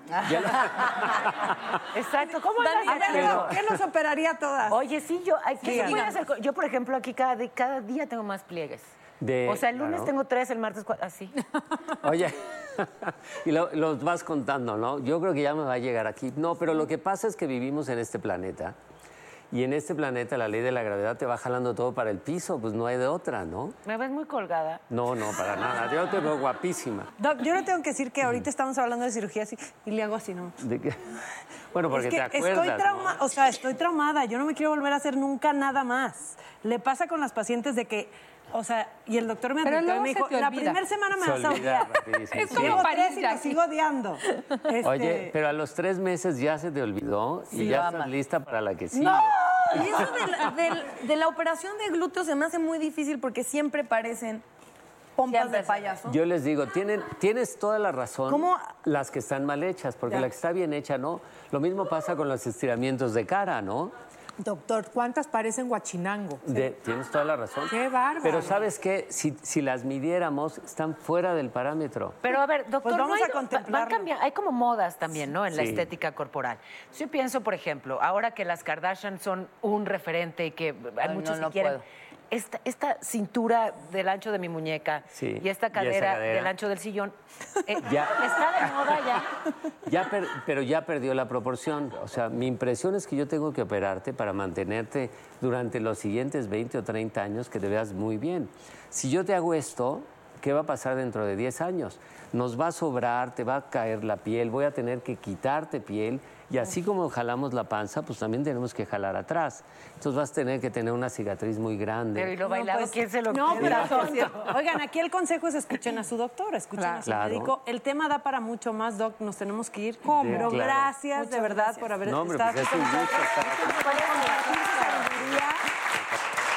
[SPEAKER 5] Ah,
[SPEAKER 4] Exacto. ¿Cómo
[SPEAKER 6] Dani,
[SPEAKER 4] ibas a
[SPEAKER 6] a ver,
[SPEAKER 4] hacer?
[SPEAKER 6] no, ¿qué nos
[SPEAKER 4] operaría todas? Oye, sí, yo, ay, ¿qué
[SPEAKER 6] Sí,
[SPEAKER 4] se puede
[SPEAKER 6] Ana.
[SPEAKER 4] hacer con- Yo, por ejemplo, aquí cada, di- cada día tengo más pliegues.
[SPEAKER 16] De-
[SPEAKER 4] o sea, el lunes
[SPEAKER 16] claro.
[SPEAKER 4] tengo tres, el martes cuatro, así.
[SPEAKER 16] [LAUGHS] Oye, y lo- los vas contando, ¿no? Yo creo que ya me va a llegar aquí. No, pero lo que pasa es que vivimos en este planeta y en este planeta la ley de la gravedad te va jalando todo para el piso, pues no hay de otra, ¿no?
[SPEAKER 4] Me ves muy colgada.
[SPEAKER 16] No, no, para nada. Yo te veo guapísima.
[SPEAKER 6] Doc, yo le tengo que decir que ahorita estamos hablando de cirugía así y le hago así, ¿no?
[SPEAKER 16] ¿De qué? Bueno, porque
[SPEAKER 6] Es que
[SPEAKER 16] te acuerdas.
[SPEAKER 6] Estoy trauma, O sea, estoy traumada. Yo no me quiero volver a hacer nunca nada más. Le pasa con las pacientes de que O sea, y el doctor me
[SPEAKER 5] Pero
[SPEAKER 6] advirtió y
[SPEAKER 5] luego
[SPEAKER 6] me
[SPEAKER 5] se
[SPEAKER 6] dijo,
[SPEAKER 5] te
[SPEAKER 6] la
[SPEAKER 5] olvida".
[SPEAKER 6] primera semana me
[SPEAKER 16] Se
[SPEAKER 6] vas a
[SPEAKER 16] olvida
[SPEAKER 6] odiar.
[SPEAKER 16] rapidísimo,
[SPEAKER 6] Es
[SPEAKER 16] sí.
[SPEAKER 6] como
[SPEAKER 16] Sí.
[SPEAKER 6] parece y me sigo odiando. Este,
[SPEAKER 16] Oye, pero a los tres meses ya se te olvidó
[SPEAKER 6] Sí,
[SPEAKER 16] y ya
[SPEAKER 6] lo
[SPEAKER 16] estás
[SPEAKER 6] amas.
[SPEAKER 16] lista para la que sigue.
[SPEAKER 2] ¡No! Y eso de la, del- de la operación de glúteos se me hace muy difícil porque siempre parecen pompas de payaso.
[SPEAKER 16] Yo les digo, tienen, tienes toda la razón
[SPEAKER 2] ¿Cómo?
[SPEAKER 16] las que están mal hechas, porque
[SPEAKER 2] Ya.
[SPEAKER 16] la que está bien hecha, ¿no? Lo mismo pasa con los estiramientos de cara, ¿no?
[SPEAKER 5] Doctor, ¿cuántas parecen guachinango?
[SPEAKER 16] De- tienes toda la razón.
[SPEAKER 5] Qué bárbaro.
[SPEAKER 16] Pero ¿sabes qué? Si, si las midiéramos, están fuera del parámetro.
[SPEAKER 4] Pero a ver, doctor,
[SPEAKER 16] Pues vamos
[SPEAKER 4] ¿no hay,
[SPEAKER 16] a
[SPEAKER 4] va- van cambiando. Hay como modas también, ¿no? En la
[SPEAKER 16] Sí.
[SPEAKER 4] estética corporal. Si Yo pienso, por ejemplo, ahora que las Kardashian son un referente y que hay
[SPEAKER 3] no,
[SPEAKER 4] muchos
[SPEAKER 3] no
[SPEAKER 4] que quieren.
[SPEAKER 3] puedo.
[SPEAKER 4] Esta, esta cintura del ancho de mi muñeca
[SPEAKER 16] Sí,
[SPEAKER 4] y esta
[SPEAKER 16] y esa
[SPEAKER 4] cadera,
[SPEAKER 16] cadera.
[SPEAKER 4] del ancho del sillón. eh,
[SPEAKER 16] [LAUGHS] Ya.
[SPEAKER 4] Está de moda
[SPEAKER 16] [LAUGHS]
[SPEAKER 4] ya.
[SPEAKER 16] Ya per- pero ya perdió la proporción. O sea, mi impresión es que yo tengo que operarte para mantenerte durante los siguientes 20 o 30 años que te veas muy bien. Si yo te hago esto, ¿qué va a pasar dentro de 10 años? Nos va a sobrar, te va a caer la piel, voy a tener que quitarte piel. Y así como jalamos la panza, pues también tenemos que jalar atrás. Entonces vas a tener que tener una cicatriz muy grande.
[SPEAKER 4] Pero y lo bailado,
[SPEAKER 6] pues,
[SPEAKER 4] ¿quién se lo
[SPEAKER 6] No,
[SPEAKER 4] quita?
[SPEAKER 6] pero Oigan, aquí el consejo es escuchen a su doctor, escuchen a su
[SPEAKER 16] Claro.
[SPEAKER 6] médico. El tema da para mucho más, doc. Nos tenemos que ir.
[SPEAKER 16] ¿Cómo?
[SPEAKER 6] Pero
[SPEAKER 16] Claro.
[SPEAKER 6] gracias, de verdad, por haber
[SPEAKER 16] No, hombre,
[SPEAKER 6] estado
[SPEAKER 16] pues es
[SPEAKER 6] aquí
[SPEAKER 16] un
[SPEAKER 6] con
[SPEAKER 16] gusto
[SPEAKER 6] nosotros.
[SPEAKER 16] estar aquí.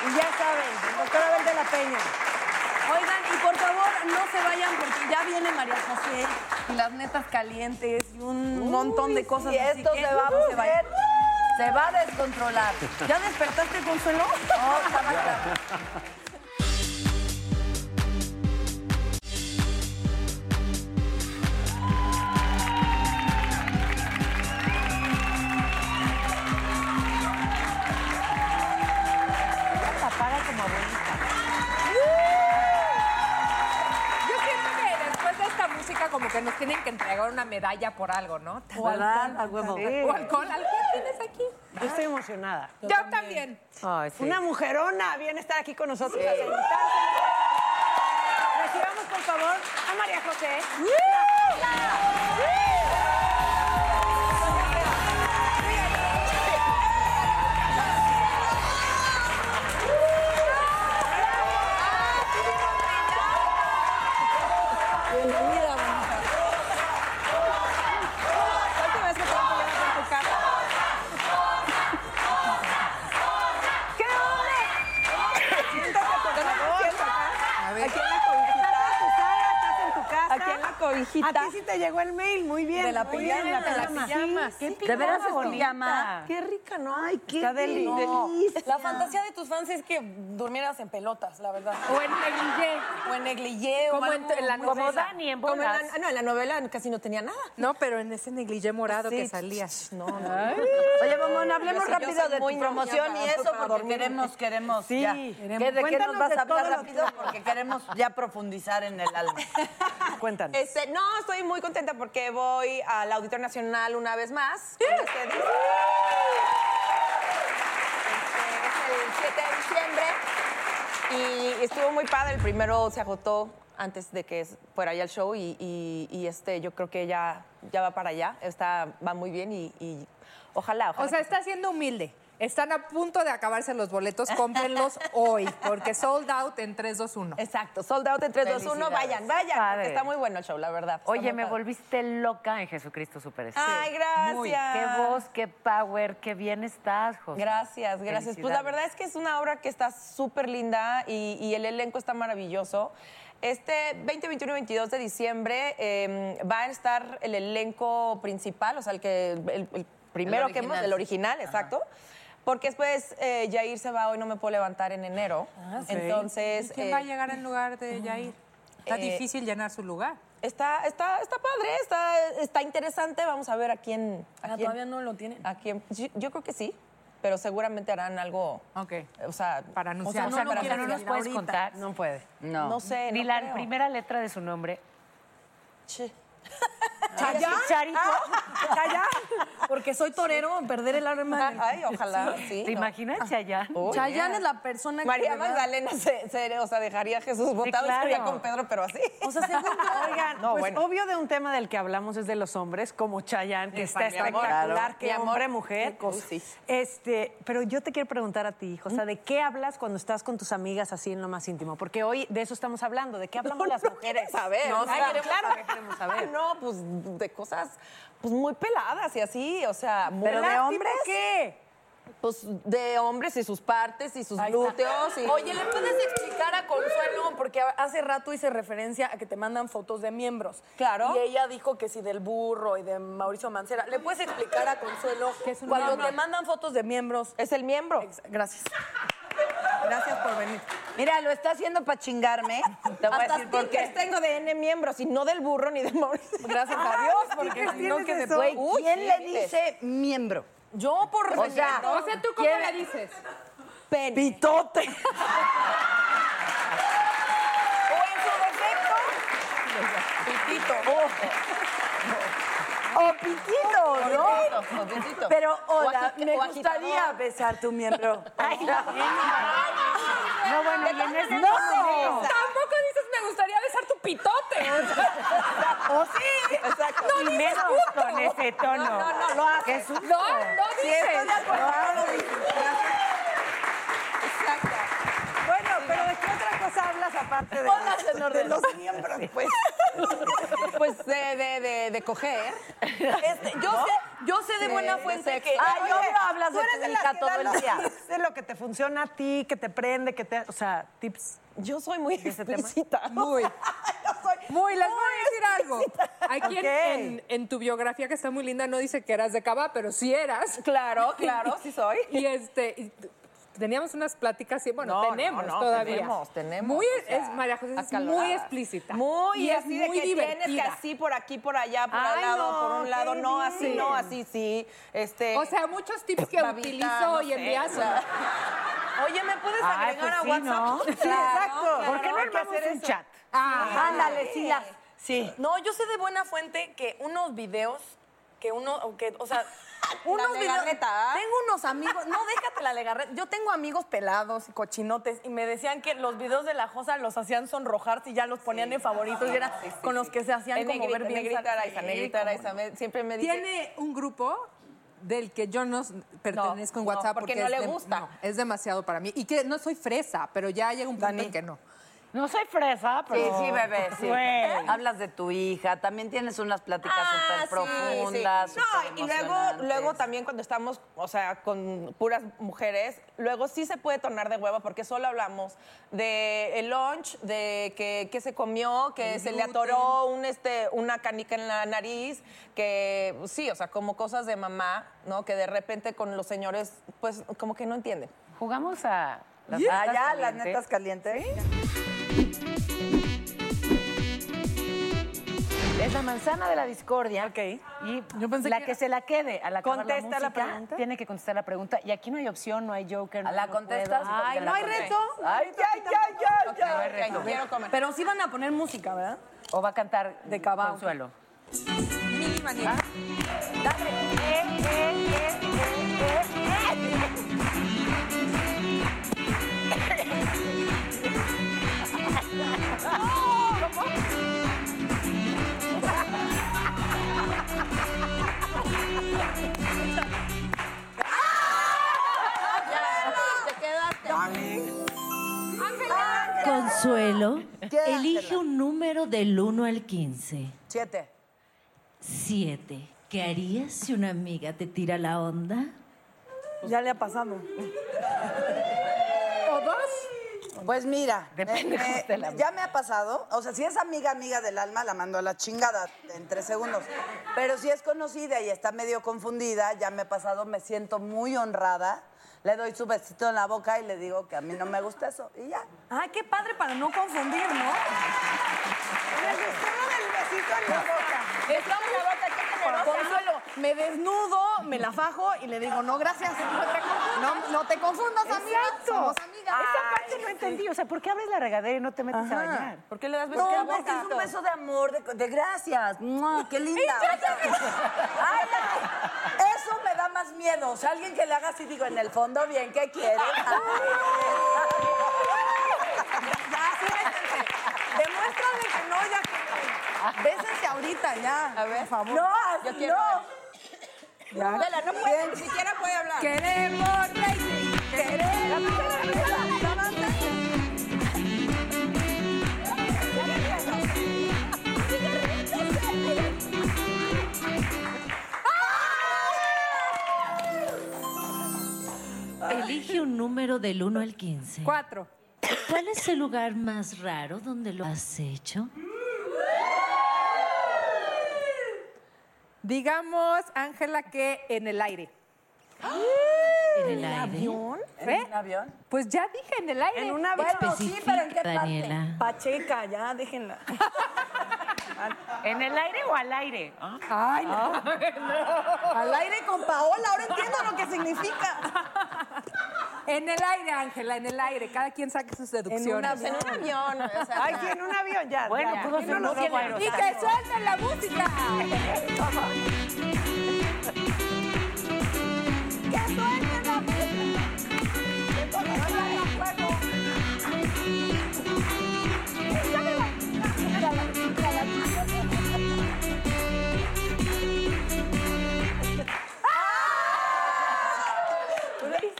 [SPEAKER 6] Y ya saben, doctora Abel de la Peña.
[SPEAKER 2] Oigan, y por favor, no se vayan porque ya viene María José y las netas calientes y un montón de cosas.
[SPEAKER 3] Y
[SPEAKER 2] así
[SPEAKER 3] esto
[SPEAKER 2] que
[SPEAKER 3] se va a
[SPEAKER 2] no se
[SPEAKER 3] poner.
[SPEAKER 2] vayan.
[SPEAKER 3] Se va a descontrolar.
[SPEAKER 2] ¿Ya despertaste, Consuelo?
[SPEAKER 5] Yo siento que después de esta música como que nos tienen que entregar una medalla por algo, ¿no?
[SPEAKER 6] O alcohol, a huevo.
[SPEAKER 5] O alcohol. ¿Alcohol tienes aquí?
[SPEAKER 6] Yo estoy emocionada.
[SPEAKER 5] Yo también.
[SPEAKER 6] Una mujerona viene a estar aquí con nosotros. a sentarse. Recibamos, por favor, a María José. Bienvenida, mamá. La última vez que te voy a poner acá en tu casa. ¿Qué onda? Siéntate, por favor. Aquí en la cobijita. Estás en tu casa.
[SPEAKER 2] Aquí en la cobijita.
[SPEAKER 6] A ti sí te llegó el mail. Muy bien.
[SPEAKER 2] De la
[SPEAKER 6] muy
[SPEAKER 2] pijama,
[SPEAKER 6] bien,
[SPEAKER 2] de
[SPEAKER 6] Sí,
[SPEAKER 2] la pijama.
[SPEAKER 6] sí,
[SPEAKER 2] ¿De
[SPEAKER 6] pijama
[SPEAKER 2] veras es
[SPEAKER 6] bonita.
[SPEAKER 2] pijama?
[SPEAKER 6] Qué rica, ¿no? Ay, qué
[SPEAKER 2] Está deli-
[SPEAKER 6] delicia.
[SPEAKER 2] La fantasía de tus fans es que durmieras en pelotas, la verdad.
[SPEAKER 5] O en negligé.
[SPEAKER 2] O en negligé. o
[SPEAKER 5] Como en-
[SPEAKER 2] algo
[SPEAKER 5] en la
[SPEAKER 2] muy
[SPEAKER 5] novela.
[SPEAKER 2] fresa.
[SPEAKER 5] Como Dani, en
[SPEAKER 2] Como la-
[SPEAKER 5] bolas.
[SPEAKER 2] ah, no, en la novela casi no tenía nada.
[SPEAKER 5] No, pero en ese negligé morado
[SPEAKER 2] Sí.
[SPEAKER 5] que salías. No, no.
[SPEAKER 3] Oye, mamón, hablemos
[SPEAKER 2] Yo sí, yo
[SPEAKER 3] rápido
[SPEAKER 2] soy
[SPEAKER 3] de
[SPEAKER 2] muy
[SPEAKER 3] tu promoción
[SPEAKER 2] ñoña
[SPEAKER 3] y eso,
[SPEAKER 2] para
[SPEAKER 3] porque
[SPEAKER 2] dormir.
[SPEAKER 3] queremos, queremos.
[SPEAKER 2] Sí,
[SPEAKER 3] ya.
[SPEAKER 2] queremos.
[SPEAKER 3] ¿Qué- ¿De qué
[SPEAKER 2] Cuéntanos
[SPEAKER 3] nos vas
[SPEAKER 2] de
[SPEAKER 3] a hablar
[SPEAKER 2] todo lo
[SPEAKER 3] rápido?
[SPEAKER 2] que-
[SPEAKER 3] Porque queremos ya profundizar en el alma.
[SPEAKER 6] Cuéntanos.
[SPEAKER 17] Este, no, estoy muy contenta porque voy al Auditor Nacional una vez más. con ustedes. Este, Este, es el 7 de diciembre. Y estuvo muy padre. El primero se agotó antes de que fuera ya el show. Y, y- y, este, yo creo que ya, ya va para allá. Está, va muy bien y, y ojalá, ojalá.
[SPEAKER 5] O sea, está siendo humilde. Están a punto de acabarse los boletos,
[SPEAKER 6] [LAUGHS]
[SPEAKER 5] cómprenlos hoy, porque sold out en 3, 2, 1.
[SPEAKER 17] Exacto, sold out en 3, 2, 1, vayan, vayan,
[SPEAKER 4] Padre.
[SPEAKER 17] porque está muy bueno el show, la verdad. Está
[SPEAKER 4] Oye,
[SPEAKER 17] muy
[SPEAKER 4] me
[SPEAKER 17] padre.
[SPEAKER 4] volviste loca en Jesucristo Superestrella.
[SPEAKER 17] Ay, gracias.
[SPEAKER 4] Muy. Qué voz, qué power, qué bien estás, José.
[SPEAKER 17] Gracias, gracias. Pues la
[SPEAKER 4] Felicidades.
[SPEAKER 17] verdad es que es una obra que está súper linda y, y el elenco está maravilloso. Este 20, 21 y 22 de diciembre eh, va a estar el elenco principal, o sea, el, que, el, el primero que hemos,
[SPEAKER 3] original.
[SPEAKER 17] el original, exacto. Porque después eh, Jair se va hoy, no me puedo levantar en enero.
[SPEAKER 5] ok.
[SPEAKER 17] Entonces.
[SPEAKER 5] ¿Y quién
[SPEAKER 17] eh,
[SPEAKER 5] va a llegar en lugar de Jair? Está
[SPEAKER 17] Eh,
[SPEAKER 5] difícil llenar su lugar.
[SPEAKER 17] Está, está, está padre, está, está interesante. Vamos a ver a quién. A
[SPEAKER 2] Ah,
[SPEAKER 17] quién-
[SPEAKER 2] todavía no lo tienen.
[SPEAKER 17] a quién- yo, yo creo que sí, pero seguramente harán algo.
[SPEAKER 5] Ok.
[SPEAKER 17] O sea, para
[SPEAKER 4] anunciar. O sea, no lo quieren decir ahorita.
[SPEAKER 6] No puede.
[SPEAKER 17] No. No sé,
[SPEAKER 4] Ni
[SPEAKER 17] no
[SPEAKER 4] la
[SPEAKER 17] creo.
[SPEAKER 4] primera letra de su nombre.
[SPEAKER 2] ¿Chayán?
[SPEAKER 17] Ah,
[SPEAKER 6] ¿Chicharito?
[SPEAKER 2] ¿Chayán? Porque soy torero, perder el arma.
[SPEAKER 17] Ay, ojalá, sí,
[SPEAKER 4] ¿Te
[SPEAKER 17] no. Ah.
[SPEAKER 4] imaginas, Chayán?
[SPEAKER 2] Chayán es la persona que.
[SPEAKER 17] María
[SPEAKER 2] de verdad-
[SPEAKER 17] Magdalena se, se- o sea, dejaría a Jesús botado
[SPEAKER 6] claro.
[SPEAKER 17] estaría con Pedro, pero así.
[SPEAKER 6] O sea, según
[SPEAKER 17] [LAUGHS]
[SPEAKER 6] yo- Oigan,
[SPEAKER 17] No,
[SPEAKER 6] pues
[SPEAKER 17] bueno.
[SPEAKER 6] obvio de un tema del que hablamos es de los hombres, como Chayanne, que
[SPEAKER 17] Mi
[SPEAKER 6] está
[SPEAKER 17] amor,
[SPEAKER 6] espectacular,
[SPEAKER 17] claro. Mi
[SPEAKER 6] que
[SPEAKER 17] amor,
[SPEAKER 6] hombre, mujer. Este, pero yo te quiero preguntar a ti, o sea, ¿de qué hablas cuando estás con tus amigas así en lo más íntimo? Porque hoy de eso estamos hablando,
[SPEAKER 17] [LAUGHS]
[SPEAKER 6] ¿de qué hablamos las mujeres?
[SPEAKER 17] saber.
[SPEAKER 6] No, claro, claro que
[SPEAKER 17] queremos saber. No, pues de cosas pues muy peladas y así, o sea, muy
[SPEAKER 6] ¿Pero de
[SPEAKER 17] ¿Peladas
[SPEAKER 6] hombres?
[SPEAKER 17] tipo qué? Pues de hombres y sus partes y sus glúteos y
[SPEAKER 2] Oye, ¿le puedes explicar a Consuelo? Porque hace rato hice referencia a que te mandan fotos de miembros. Claro. Y ella dijo que sí del burro y de Mauricio Mancera. ¿Le puedes explicar a Consuelo cuando
[SPEAKER 17] miembro?
[SPEAKER 2] te mandan fotos de miembros?
[SPEAKER 17] Es el miembro.
[SPEAKER 2] Gracias. Gracias por venir.
[SPEAKER 3] Mira, lo está haciendo para
[SPEAKER 4] ¿Eh?
[SPEAKER 3] chingarme. Te voy a
[SPEAKER 17] Hasta
[SPEAKER 3] decir por qué.
[SPEAKER 17] stickers tengo de N miembros y no del burro ni de Mauricio.
[SPEAKER 2] Gracias a Dios, porque si no que de
[SPEAKER 3] Güey,
[SPEAKER 2] Uy,
[SPEAKER 3] ¿quién
[SPEAKER 2] sí,
[SPEAKER 3] le
[SPEAKER 2] viste.
[SPEAKER 3] dice miembro?
[SPEAKER 2] Yo por
[SPEAKER 3] O sea,
[SPEAKER 2] respeto.
[SPEAKER 3] ¿quién-
[SPEAKER 5] dices?
[SPEAKER 3] Pene. Pitote.
[SPEAKER 17] O en su defecto, pitito.
[SPEAKER 4] O piquito,
[SPEAKER 17] O
[SPEAKER 4] ¿no?
[SPEAKER 17] piquito, o piquito.
[SPEAKER 4] Pero,
[SPEAKER 17] O
[SPEAKER 4] hola,
[SPEAKER 17] agita-
[SPEAKER 4] me
[SPEAKER 17] o
[SPEAKER 4] gustaría
[SPEAKER 17] agitador.
[SPEAKER 4] besar tu miembro. Ay,
[SPEAKER 6] No, bueno, y en ese
[SPEAKER 4] No.
[SPEAKER 6] momento-
[SPEAKER 5] Tampoco dices me gustaría besar tu
[SPEAKER 6] [LAUGHS]
[SPEAKER 5] pitote.
[SPEAKER 6] O
[SPEAKER 5] [LAUGHS]
[SPEAKER 6] sí.
[SPEAKER 17] Exacto.
[SPEAKER 6] Y
[SPEAKER 5] dices
[SPEAKER 6] menos
[SPEAKER 5] puto.
[SPEAKER 6] con ese tono.
[SPEAKER 5] No, no, no,
[SPEAKER 6] lo haces.
[SPEAKER 5] No, no
[SPEAKER 6] Sí,
[SPEAKER 5] dices.
[SPEAKER 6] estoy de acuerdo, no lo dices. Bueno, pero ¿de qué otra cosa hablas aparte de,
[SPEAKER 17] Ponlas en orden.
[SPEAKER 6] de los miembros? Pues?
[SPEAKER 17] Pues de, de, de, de coger.
[SPEAKER 2] Este, yo, sé, yo sé de
[SPEAKER 17] Sí,
[SPEAKER 2] buena
[SPEAKER 17] de
[SPEAKER 2] fuente
[SPEAKER 17] sexo.
[SPEAKER 2] que.
[SPEAKER 17] Ah,
[SPEAKER 4] Ah,
[SPEAKER 2] ¿eh?
[SPEAKER 17] Ay,
[SPEAKER 2] Oye,
[SPEAKER 17] obvio,
[SPEAKER 6] hablas
[SPEAKER 2] tú
[SPEAKER 6] de
[SPEAKER 2] eres
[SPEAKER 6] tu
[SPEAKER 2] la
[SPEAKER 6] hija
[SPEAKER 2] que
[SPEAKER 6] todo
[SPEAKER 2] da
[SPEAKER 6] el
[SPEAKER 2] los
[SPEAKER 6] día.
[SPEAKER 2] tips.
[SPEAKER 6] De lo que te funciona a ti, que te prende, que te... O sea, tips.
[SPEAKER 17] Yo soy muy
[SPEAKER 6] explícita.
[SPEAKER 2] [LAUGHS]
[SPEAKER 17] [LAUGHS]
[SPEAKER 2] Muy. Muy, les voy a decir algo.
[SPEAKER 5] Aquí
[SPEAKER 2] Ok.
[SPEAKER 5] en- en, en tu biografía, que está muy linda, no dice que eras de Cava, pero sí eras.
[SPEAKER 17] Claro, claro, sí soy.
[SPEAKER 5] [LAUGHS] Y este. y t- Teníamos unas pláticas, y bueno,
[SPEAKER 17] No, no,
[SPEAKER 5] tenemos
[SPEAKER 17] no,
[SPEAKER 5] todavía.
[SPEAKER 17] tenemos, tenemos,
[SPEAKER 5] Muy,
[SPEAKER 17] o sea,
[SPEAKER 5] es, María José es
[SPEAKER 17] acaloradas.
[SPEAKER 5] muy explícita.
[SPEAKER 17] Muy,
[SPEAKER 5] y es
[SPEAKER 17] así de
[SPEAKER 5] muy
[SPEAKER 17] que
[SPEAKER 5] divertida.
[SPEAKER 17] tienes que así por aquí, por allá, por
[SPEAKER 5] Ay,
[SPEAKER 17] al lado,
[SPEAKER 5] no,
[SPEAKER 17] por un lado,
[SPEAKER 5] qué
[SPEAKER 17] no, así,
[SPEAKER 5] bien.
[SPEAKER 17] no, así, sí. Este,
[SPEAKER 5] O sea, muchos tips que
[SPEAKER 17] babita,
[SPEAKER 5] utilizo
[SPEAKER 17] no
[SPEAKER 5] hoy en
[SPEAKER 17] sé,
[SPEAKER 5] día
[SPEAKER 17] o
[SPEAKER 5] son-
[SPEAKER 17] sea. Oye, ¿me puedes
[SPEAKER 4] ah,
[SPEAKER 6] Ay,
[SPEAKER 17] agregar
[SPEAKER 6] pues sí,
[SPEAKER 17] a WhatsApp?
[SPEAKER 6] ¿no?
[SPEAKER 17] [LAUGHS]
[SPEAKER 6] Sí, exacto. ¿Por qué no
[SPEAKER 17] hay que
[SPEAKER 6] armamos
[SPEAKER 17] hacer
[SPEAKER 6] un
[SPEAKER 17] eso?
[SPEAKER 6] chat?
[SPEAKER 5] Ah,
[SPEAKER 6] Ándale, sí, las- sí.
[SPEAKER 2] No, yo sé de buena fuente que unos videos que uno, o que, o
[SPEAKER 17] [LAUGHS]
[SPEAKER 2] sea, unos videos.
[SPEAKER 17] legarreta, ¿ah?
[SPEAKER 2] Tengo unos amigos, no déjate la legarreta. Yo tengo amigos pelados y cochinotes y me decían que los videos de la Josa los hacían sonrojarse y ya los ponían en favoritos y era con los que se hacían
[SPEAKER 17] En
[SPEAKER 2] como
[SPEAKER 17] negrita,
[SPEAKER 2] ver bien.
[SPEAKER 17] negrita
[SPEAKER 2] sal-
[SPEAKER 17] Araiza,
[SPEAKER 2] Sí,
[SPEAKER 17] negrita
[SPEAKER 2] cómo
[SPEAKER 17] Araiza. me- siempre me dice...
[SPEAKER 5] Tiene un grupo del que yo no s- pertenezco en
[SPEAKER 17] no,
[SPEAKER 5] WhatsApp
[SPEAKER 17] porque no
[SPEAKER 5] es
[SPEAKER 17] le
[SPEAKER 5] de-
[SPEAKER 17] gusta.
[SPEAKER 5] no, es demasiado para mí. Y que no soy fresa, pero ya llega un punto en que no.
[SPEAKER 4] No soy fresa,
[SPEAKER 3] Sí,
[SPEAKER 4] pero...
[SPEAKER 3] sí, bebé, sí.
[SPEAKER 4] Güey.
[SPEAKER 3] Hablas de tu hija, también tienes unas pláticas
[SPEAKER 17] Ah,
[SPEAKER 3] súper profundas.
[SPEAKER 17] sí, sí. No, y luego, luego
[SPEAKER 3] también
[SPEAKER 17] cuando estamos, o sea, con puras mujeres, luego sí se puede tornar de hueva porque solo hablamos de el lunch, de que, que se comió, que se le atoró un, este, una canica en la nariz, que sí, o sea, como cosas de mamá, ¿no? Que de repente con los señores, pues como que no entienden.
[SPEAKER 4] Jugamos a... Las
[SPEAKER 3] Ah,
[SPEAKER 4] netas
[SPEAKER 3] ya, las
[SPEAKER 4] calientes.
[SPEAKER 3] netas calientes.
[SPEAKER 4] Es la manzana de la discordia. Ok. Y la que, se la quede a la
[SPEAKER 6] ¿Contesta la
[SPEAKER 4] la música,
[SPEAKER 6] pregunta?
[SPEAKER 4] Tiene que contestar la pregunta. Y aquí no hay opción, no hay joker. No
[SPEAKER 3] ¿La
[SPEAKER 4] no
[SPEAKER 3] contestas?
[SPEAKER 4] puedo.
[SPEAKER 3] Ay,
[SPEAKER 4] Porque
[SPEAKER 3] no
[SPEAKER 4] la
[SPEAKER 3] hay
[SPEAKER 4] contestas.
[SPEAKER 3] reto.
[SPEAKER 4] Ay, ya, ya, ya, ya. No hay reto.
[SPEAKER 17] comer.
[SPEAKER 2] Pero sí van a poner música, ¿verdad?
[SPEAKER 4] O va a cantar
[SPEAKER 2] De Cabá.
[SPEAKER 4] Consuelo.
[SPEAKER 5] Mini manía.
[SPEAKER 4] Dame. Eh, eh, eh, eh,
[SPEAKER 11] Consuelo, elige un número del 1 al 15.
[SPEAKER 3] Siete.
[SPEAKER 11] 7. ¿Qué harías si una amiga te tira la onda?
[SPEAKER 2] Ya le ha pasado.
[SPEAKER 5] ¿O dos?
[SPEAKER 18] Pues mira,
[SPEAKER 4] Depende
[SPEAKER 18] me-
[SPEAKER 4] de la
[SPEAKER 18] me- ya me ha pasado. O sea, si es amiga, amiga del alma, la mando a la chingada en tres segundos. Pero si es conocida y está medio confundida, ya me ha pasado, me siento muy honrada. Le doy su besito en la boca y le digo que a mí no me gusta eso. Y ya.
[SPEAKER 2] Ay, qué padre para no confundir, ¿no?
[SPEAKER 17] Besame la boca, qué generosa.
[SPEAKER 2] Consuelo, me desnudo, me la fajo y le digo, no, gracias. No, no te confundas, amiga. Somos amigas.
[SPEAKER 4] Esa parte no entendí. O sea, ¿por qué abres la regadera y no te metes a
[SPEAKER 3] Ajá.
[SPEAKER 4] bañar?
[SPEAKER 3] ¿Por qué le das
[SPEAKER 4] beso?
[SPEAKER 3] beso?
[SPEAKER 4] ¿Qué
[SPEAKER 3] No,
[SPEAKER 4] hago
[SPEAKER 3] porque es
[SPEAKER 4] tanto?
[SPEAKER 3] un beso de amor, de, de gracias. ¡Mua! ¡Qué linda!
[SPEAKER 4] ya se me-
[SPEAKER 3] Ay, no. Eso me da más miedo. O sea, alguien que le haga así, digo, en el fondo, bien, ¿qué
[SPEAKER 2] [LAUGHS]
[SPEAKER 3] quieres?
[SPEAKER 2] Demuéstrale que no, ya. Bésense ahorita, ya. A ver, por favor.
[SPEAKER 3] No,
[SPEAKER 2] yo
[SPEAKER 3] quiero
[SPEAKER 2] No.
[SPEAKER 3] Ya.
[SPEAKER 2] Vela, no puede, ni siquiera puede hablar. Queremos racing, queremos
[SPEAKER 11] Elige un número del 1 al 15.
[SPEAKER 5] Cuatro.
[SPEAKER 11] ¿Cuál es el lugar más raro donde lo has hecho?
[SPEAKER 5] Digamos, Ángela, que en el aire.
[SPEAKER 11] ¿En el aire?
[SPEAKER 5] ¿Eh?
[SPEAKER 3] avión?
[SPEAKER 5] Pues ya dije en el aire.
[SPEAKER 2] En un avión.
[SPEAKER 5] Bueno, sí, pero ¿en qué parte?
[SPEAKER 11] Daniela.
[SPEAKER 2] Pacheca, ya, déjenla.
[SPEAKER 4] ¿En el aire o al aire? Ah,
[SPEAKER 2] Ay, no. Al aire con Paola, ahora entiendo lo que significa.
[SPEAKER 5] En el aire, Ángela, en el aire. Cada quien saque sus deducciones.
[SPEAKER 2] avión. En un avión, o sea, Ay, ya. en un avión, ya, Bueno,
[SPEAKER 4] pues
[SPEAKER 2] ya. pudo
[SPEAKER 5] Y
[SPEAKER 2] ser un globo
[SPEAKER 5] Y que
[SPEAKER 2] aerostático.
[SPEAKER 5] suelten la música.
[SPEAKER 3] ¡Que suelten la música!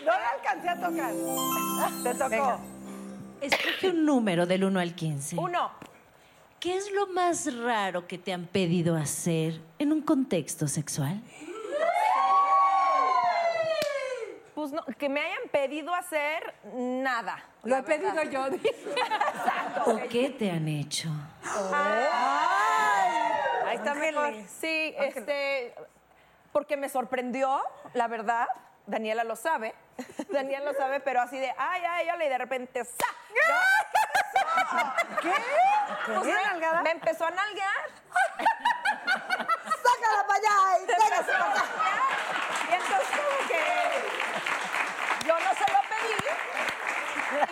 [SPEAKER 6] No la alcancé a tocar. Te tocó.
[SPEAKER 11] Escoge un número del 1 al 15.
[SPEAKER 6] Uno.
[SPEAKER 11] ¿Qué es lo más raro que te han pedido hacer en un contexto sexual?
[SPEAKER 17] Pues no, que me hayan pedido hacer nada.
[SPEAKER 5] Lo he pedido yo.
[SPEAKER 11] ¿O qué te han hecho?
[SPEAKER 17] Ahí está mejor. Sí, este, porque me sorprendió, la verdad. Daniela lo sabe. [LAUGHS] Daniela lo sabe, pero así de, ay, ay, ay, y de repente, ¡sa!
[SPEAKER 3] [LAUGHS]
[SPEAKER 17] ¿Qué?
[SPEAKER 3] ¿Te
[SPEAKER 17] Pues
[SPEAKER 3] dio
[SPEAKER 17] me-
[SPEAKER 3] nalgada?
[SPEAKER 17] Me empezó a nalgar.
[SPEAKER 3] [LAUGHS] ¡Sácala para allá! ¡Y pégase para acá!
[SPEAKER 17] Y entonces como que yo no se lo pedí.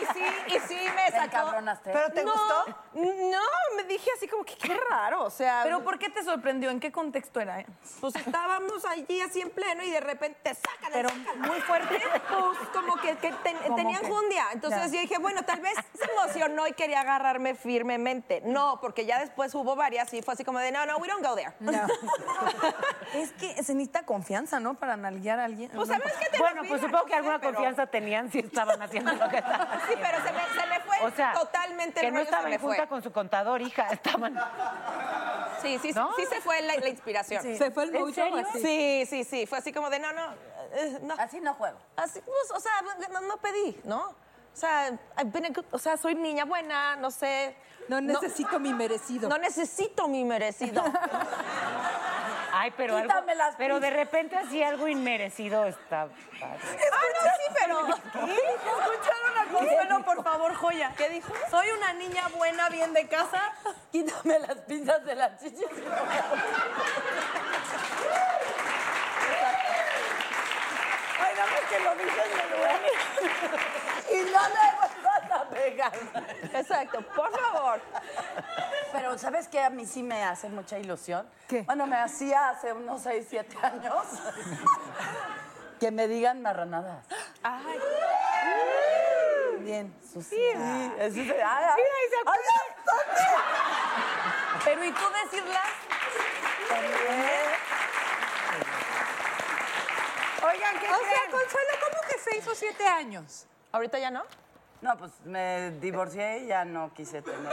[SPEAKER 17] Y sí, y sí me
[SPEAKER 3] ¿Te
[SPEAKER 17] sacó.
[SPEAKER 3] encabronaste?
[SPEAKER 17] ¿Pero
[SPEAKER 3] te gustó?
[SPEAKER 17] No, me dije así como que qué raro, o sea.
[SPEAKER 2] ¿Pero por qué te sorprendió? ¿En qué contexto era?
[SPEAKER 17] Pues estábamos allí así en pleno y de repente sacan Pero muy fuerte. Pues como que, que ten-
[SPEAKER 2] ¿Cómo
[SPEAKER 17] tenían
[SPEAKER 2] que?
[SPEAKER 17] jundia. Entonces
[SPEAKER 2] Ya.
[SPEAKER 17] yo dije, bueno, tal vez se emocionó y quería agarrarme firmemente. No, porque ya después hubo varias y fue así como de, no, no, we don't go there.
[SPEAKER 2] Es que se necesita confianza, ¿no? Para nalguear a alguien.
[SPEAKER 17] [LAUGHS] Pues, ¿sabes qué? Te
[SPEAKER 4] Bueno,
[SPEAKER 17] lo
[SPEAKER 4] pues
[SPEAKER 17] pido,
[SPEAKER 4] supongo que
[SPEAKER 17] no sé,
[SPEAKER 4] alguna
[SPEAKER 17] pero-
[SPEAKER 4] confianza tenían si estaban haciendo lo que estaban
[SPEAKER 17] Sí, pero se me, se me fue
[SPEAKER 4] O sea,
[SPEAKER 17] totalmente
[SPEAKER 4] que
[SPEAKER 17] el
[SPEAKER 4] no
[SPEAKER 17] rollo, se
[SPEAKER 4] estaban
[SPEAKER 17] me fue.
[SPEAKER 4] junta con su contador, hija. [LAUGHS] Estaban.
[SPEAKER 17] Sí, sí,
[SPEAKER 4] ¿No?
[SPEAKER 17] sí se fue la, la inspiración.
[SPEAKER 4] Sí. ¿Se fue el
[SPEAKER 17] ¿En
[SPEAKER 4] mojo
[SPEAKER 17] serio?
[SPEAKER 4] así?
[SPEAKER 17] Sí, sí, sí. Fue así como de, no, no, eh, no.
[SPEAKER 3] Así no juego.
[SPEAKER 17] Así, pues, o sea, no, no pedí, ¿no? O sea, I've been a good- o sea, soy niña buena, no sé.
[SPEAKER 5] No necesito mi merecido.
[SPEAKER 17] No necesito
[SPEAKER 2] [LAUGHS]
[SPEAKER 17] mi merecido. Ah,
[SPEAKER 4] Ay, pero algo-
[SPEAKER 17] Quítame las
[SPEAKER 4] Pero de
[SPEAKER 17] pinzas.
[SPEAKER 4] repente así algo inmerecido está. padre.
[SPEAKER 17] Ah, no, sí, pero.
[SPEAKER 2] ¿Qué? ¿Escucharon a Consuelo, por favor, joya? ¿Qué dijo? Soy una niña buena, bien de casa.
[SPEAKER 3] Quítame las pinzas de
[SPEAKER 17] [LAUGHS]
[SPEAKER 3] las chichis. Ay, nada más que lo dices me duele. Y no le vuelvas a pegar.
[SPEAKER 17] Exacto, por favor.
[SPEAKER 3] Pero ¿sabes qué? A mí sí me hace mucha ilusión. Bueno, me hacía hace unos 6, 7 años [LAUGHS] que me digan marranadas.
[SPEAKER 17] Ay.
[SPEAKER 3] Bien, Susi. Sí,
[SPEAKER 17] sí,
[SPEAKER 3] eso se- ay, ay. Ay, ay,
[SPEAKER 2] Pero ¿y tú decirlas?
[SPEAKER 17] Oigan, ¿qué
[SPEAKER 5] O sea, Consuelo, ¿cómo que seis o siete años?
[SPEAKER 17] ¿Ahorita ya no?
[SPEAKER 3] No, pues me divorcié y ya no quise tener.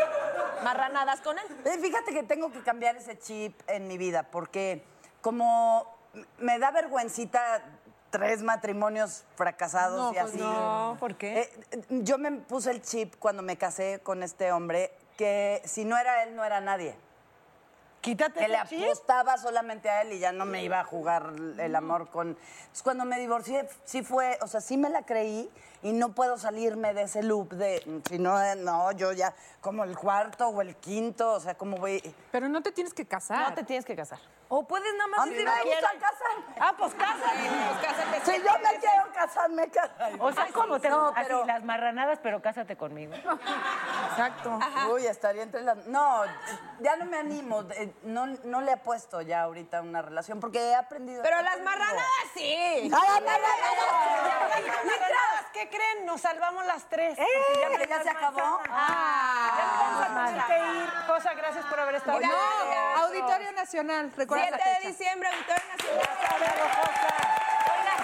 [SPEAKER 17] Marranadas con él.
[SPEAKER 3] Eh, Fíjate que tengo que cambiar ese chip en mi vida, porque como m- me da vergüencita tres matrimonios fracasados
[SPEAKER 2] No,
[SPEAKER 3] y
[SPEAKER 2] pues
[SPEAKER 3] así.
[SPEAKER 2] no, ¿por qué?
[SPEAKER 3] Eh, eh, yo me puse el chip cuando me casé con este hombre que si no era él, no era nadie.
[SPEAKER 4] Quítate
[SPEAKER 3] Que le
[SPEAKER 4] ese chip.
[SPEAKER 3] apostaba solamente a él y ya no me iba a jugar el amor con. Entonces, cuando me divorcié, sí fue, o sea, sí me la creí y no puedo salirme de ese loop de mm, si no, eh, no, yo ya, como el cuarto o el quinto, o sea, como voy.
[SPEAKER 5] Pero no te tienes que casar.
[SPEAKER 17] No te tienes que casar.
[SPEAKER 2] O puedes nada más
[SPEAKER 3] A mí
[SPEAKER 2] decir,
[SPEAKER 3] me
[SPEAKER 2] "Ay,
[SPEAKER 3] gusta
[SPEAKER 2] quiero".
[SPEAKER 3] casarme.
[SPEAKER 2] Ah, pues cásate.
[SPEAKER 3] Sí, pues
[SPEAKER 2] cásate.
[SPEAKER 3] Si
[SPEAKER 6] [LAUGHS]
[SPEAKER 3] yo me quiero casar, me caso.
[SPEAKER 4] O sea, como te
[SPEAKER 3] No,
[SPEAKER 4] así,
[SPEAKER 3] pero...
[SPEAKER 4] las marranadas, pero cásate conmigo.
[SPEAKER 3] Exacto. Uy, estaría entre las... No, ya no me animo. eh, No, no le apuesto ya ahorita a una relación porque he aprendido...
[SPEAKER 6] Pero
[SPEAKER 3] a
[SPEAKER 6] las
[SPEAKER 3] estar conmigo.
[SPEAKER 6] marranadas sí. [LAUGHS]
[SPEAKER 3] Ay, las marranadas sí.
[SPEAKER 6] Las marranadas, ¿Qué creen? Nos salvamos las tres.
[SPEAKER 4] Eh,
[SPEAKER 6] porque
[SPEAKER 3] ¡Eh!
[SPEAKER 6] me
[SPEAKER 3] ¿Ya se
[SPEAKER 6] dan
[SPEAKER 3] acabó? Ah.
[SPEAKER 6] manzana. Ya me vamos a tener que ir. Cosa, gracias por haber estado.
[SPEAKER 17] No,
[SPEAKER 6] Gracias.
[SPEAKER 17] Auditorio Nacional, recuerda
[SPEAKER 6] 7
[SPEAKER 17] la
[SPEAKER 6] de
[SPEAKER 17] fecha.
[SPEAKER 6] diciembre, Auditorio Nacional. Oigan,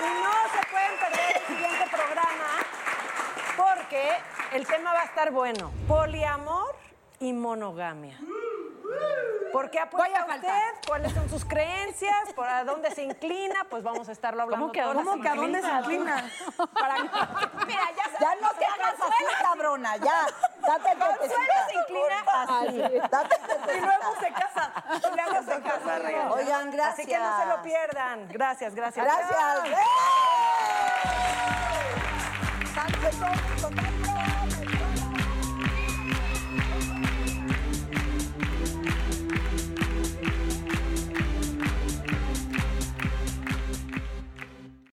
[SPEAKER 6] Y no se pueden perder el siguiente programa porque el tema va a estar bueno. Poliamor y monogamia. ¿Por qué apuesta usted? ¿Cuáles son sus creencias? ¿Por a dónde se inclina? Pues vamos a estarlo hablando.
[SPEAKER 2] ¿Cómo que a
[SPEAKER 6] todas
[SPEAKER 2] dónde
[SPEAKER 6] las
[SPEAKER 2] se inclina?
[SPEAKER 6] semanas. Para...
[SPEAKER 2] [LAUGHS]
[SPEAKER 6] Mira, ya sabes.
[SPEAKER 3] Ya no te hagas así, cabrona, ya. Date
[SPEAKER 6] Consuelo se inclina así.
[SPEAKER 3] Date
[SPEAKER 6] Y luego se casa. Y luego se [LAUGHS] casa. regalo.
[SPEAKER 3] Oigan, gracias.
[SPEAKER 6] Así que no se lo pierdan. Gracias, gracias.
[SPEAKER 3] Gracias.
[SPEAKER 6] Salve todo, total.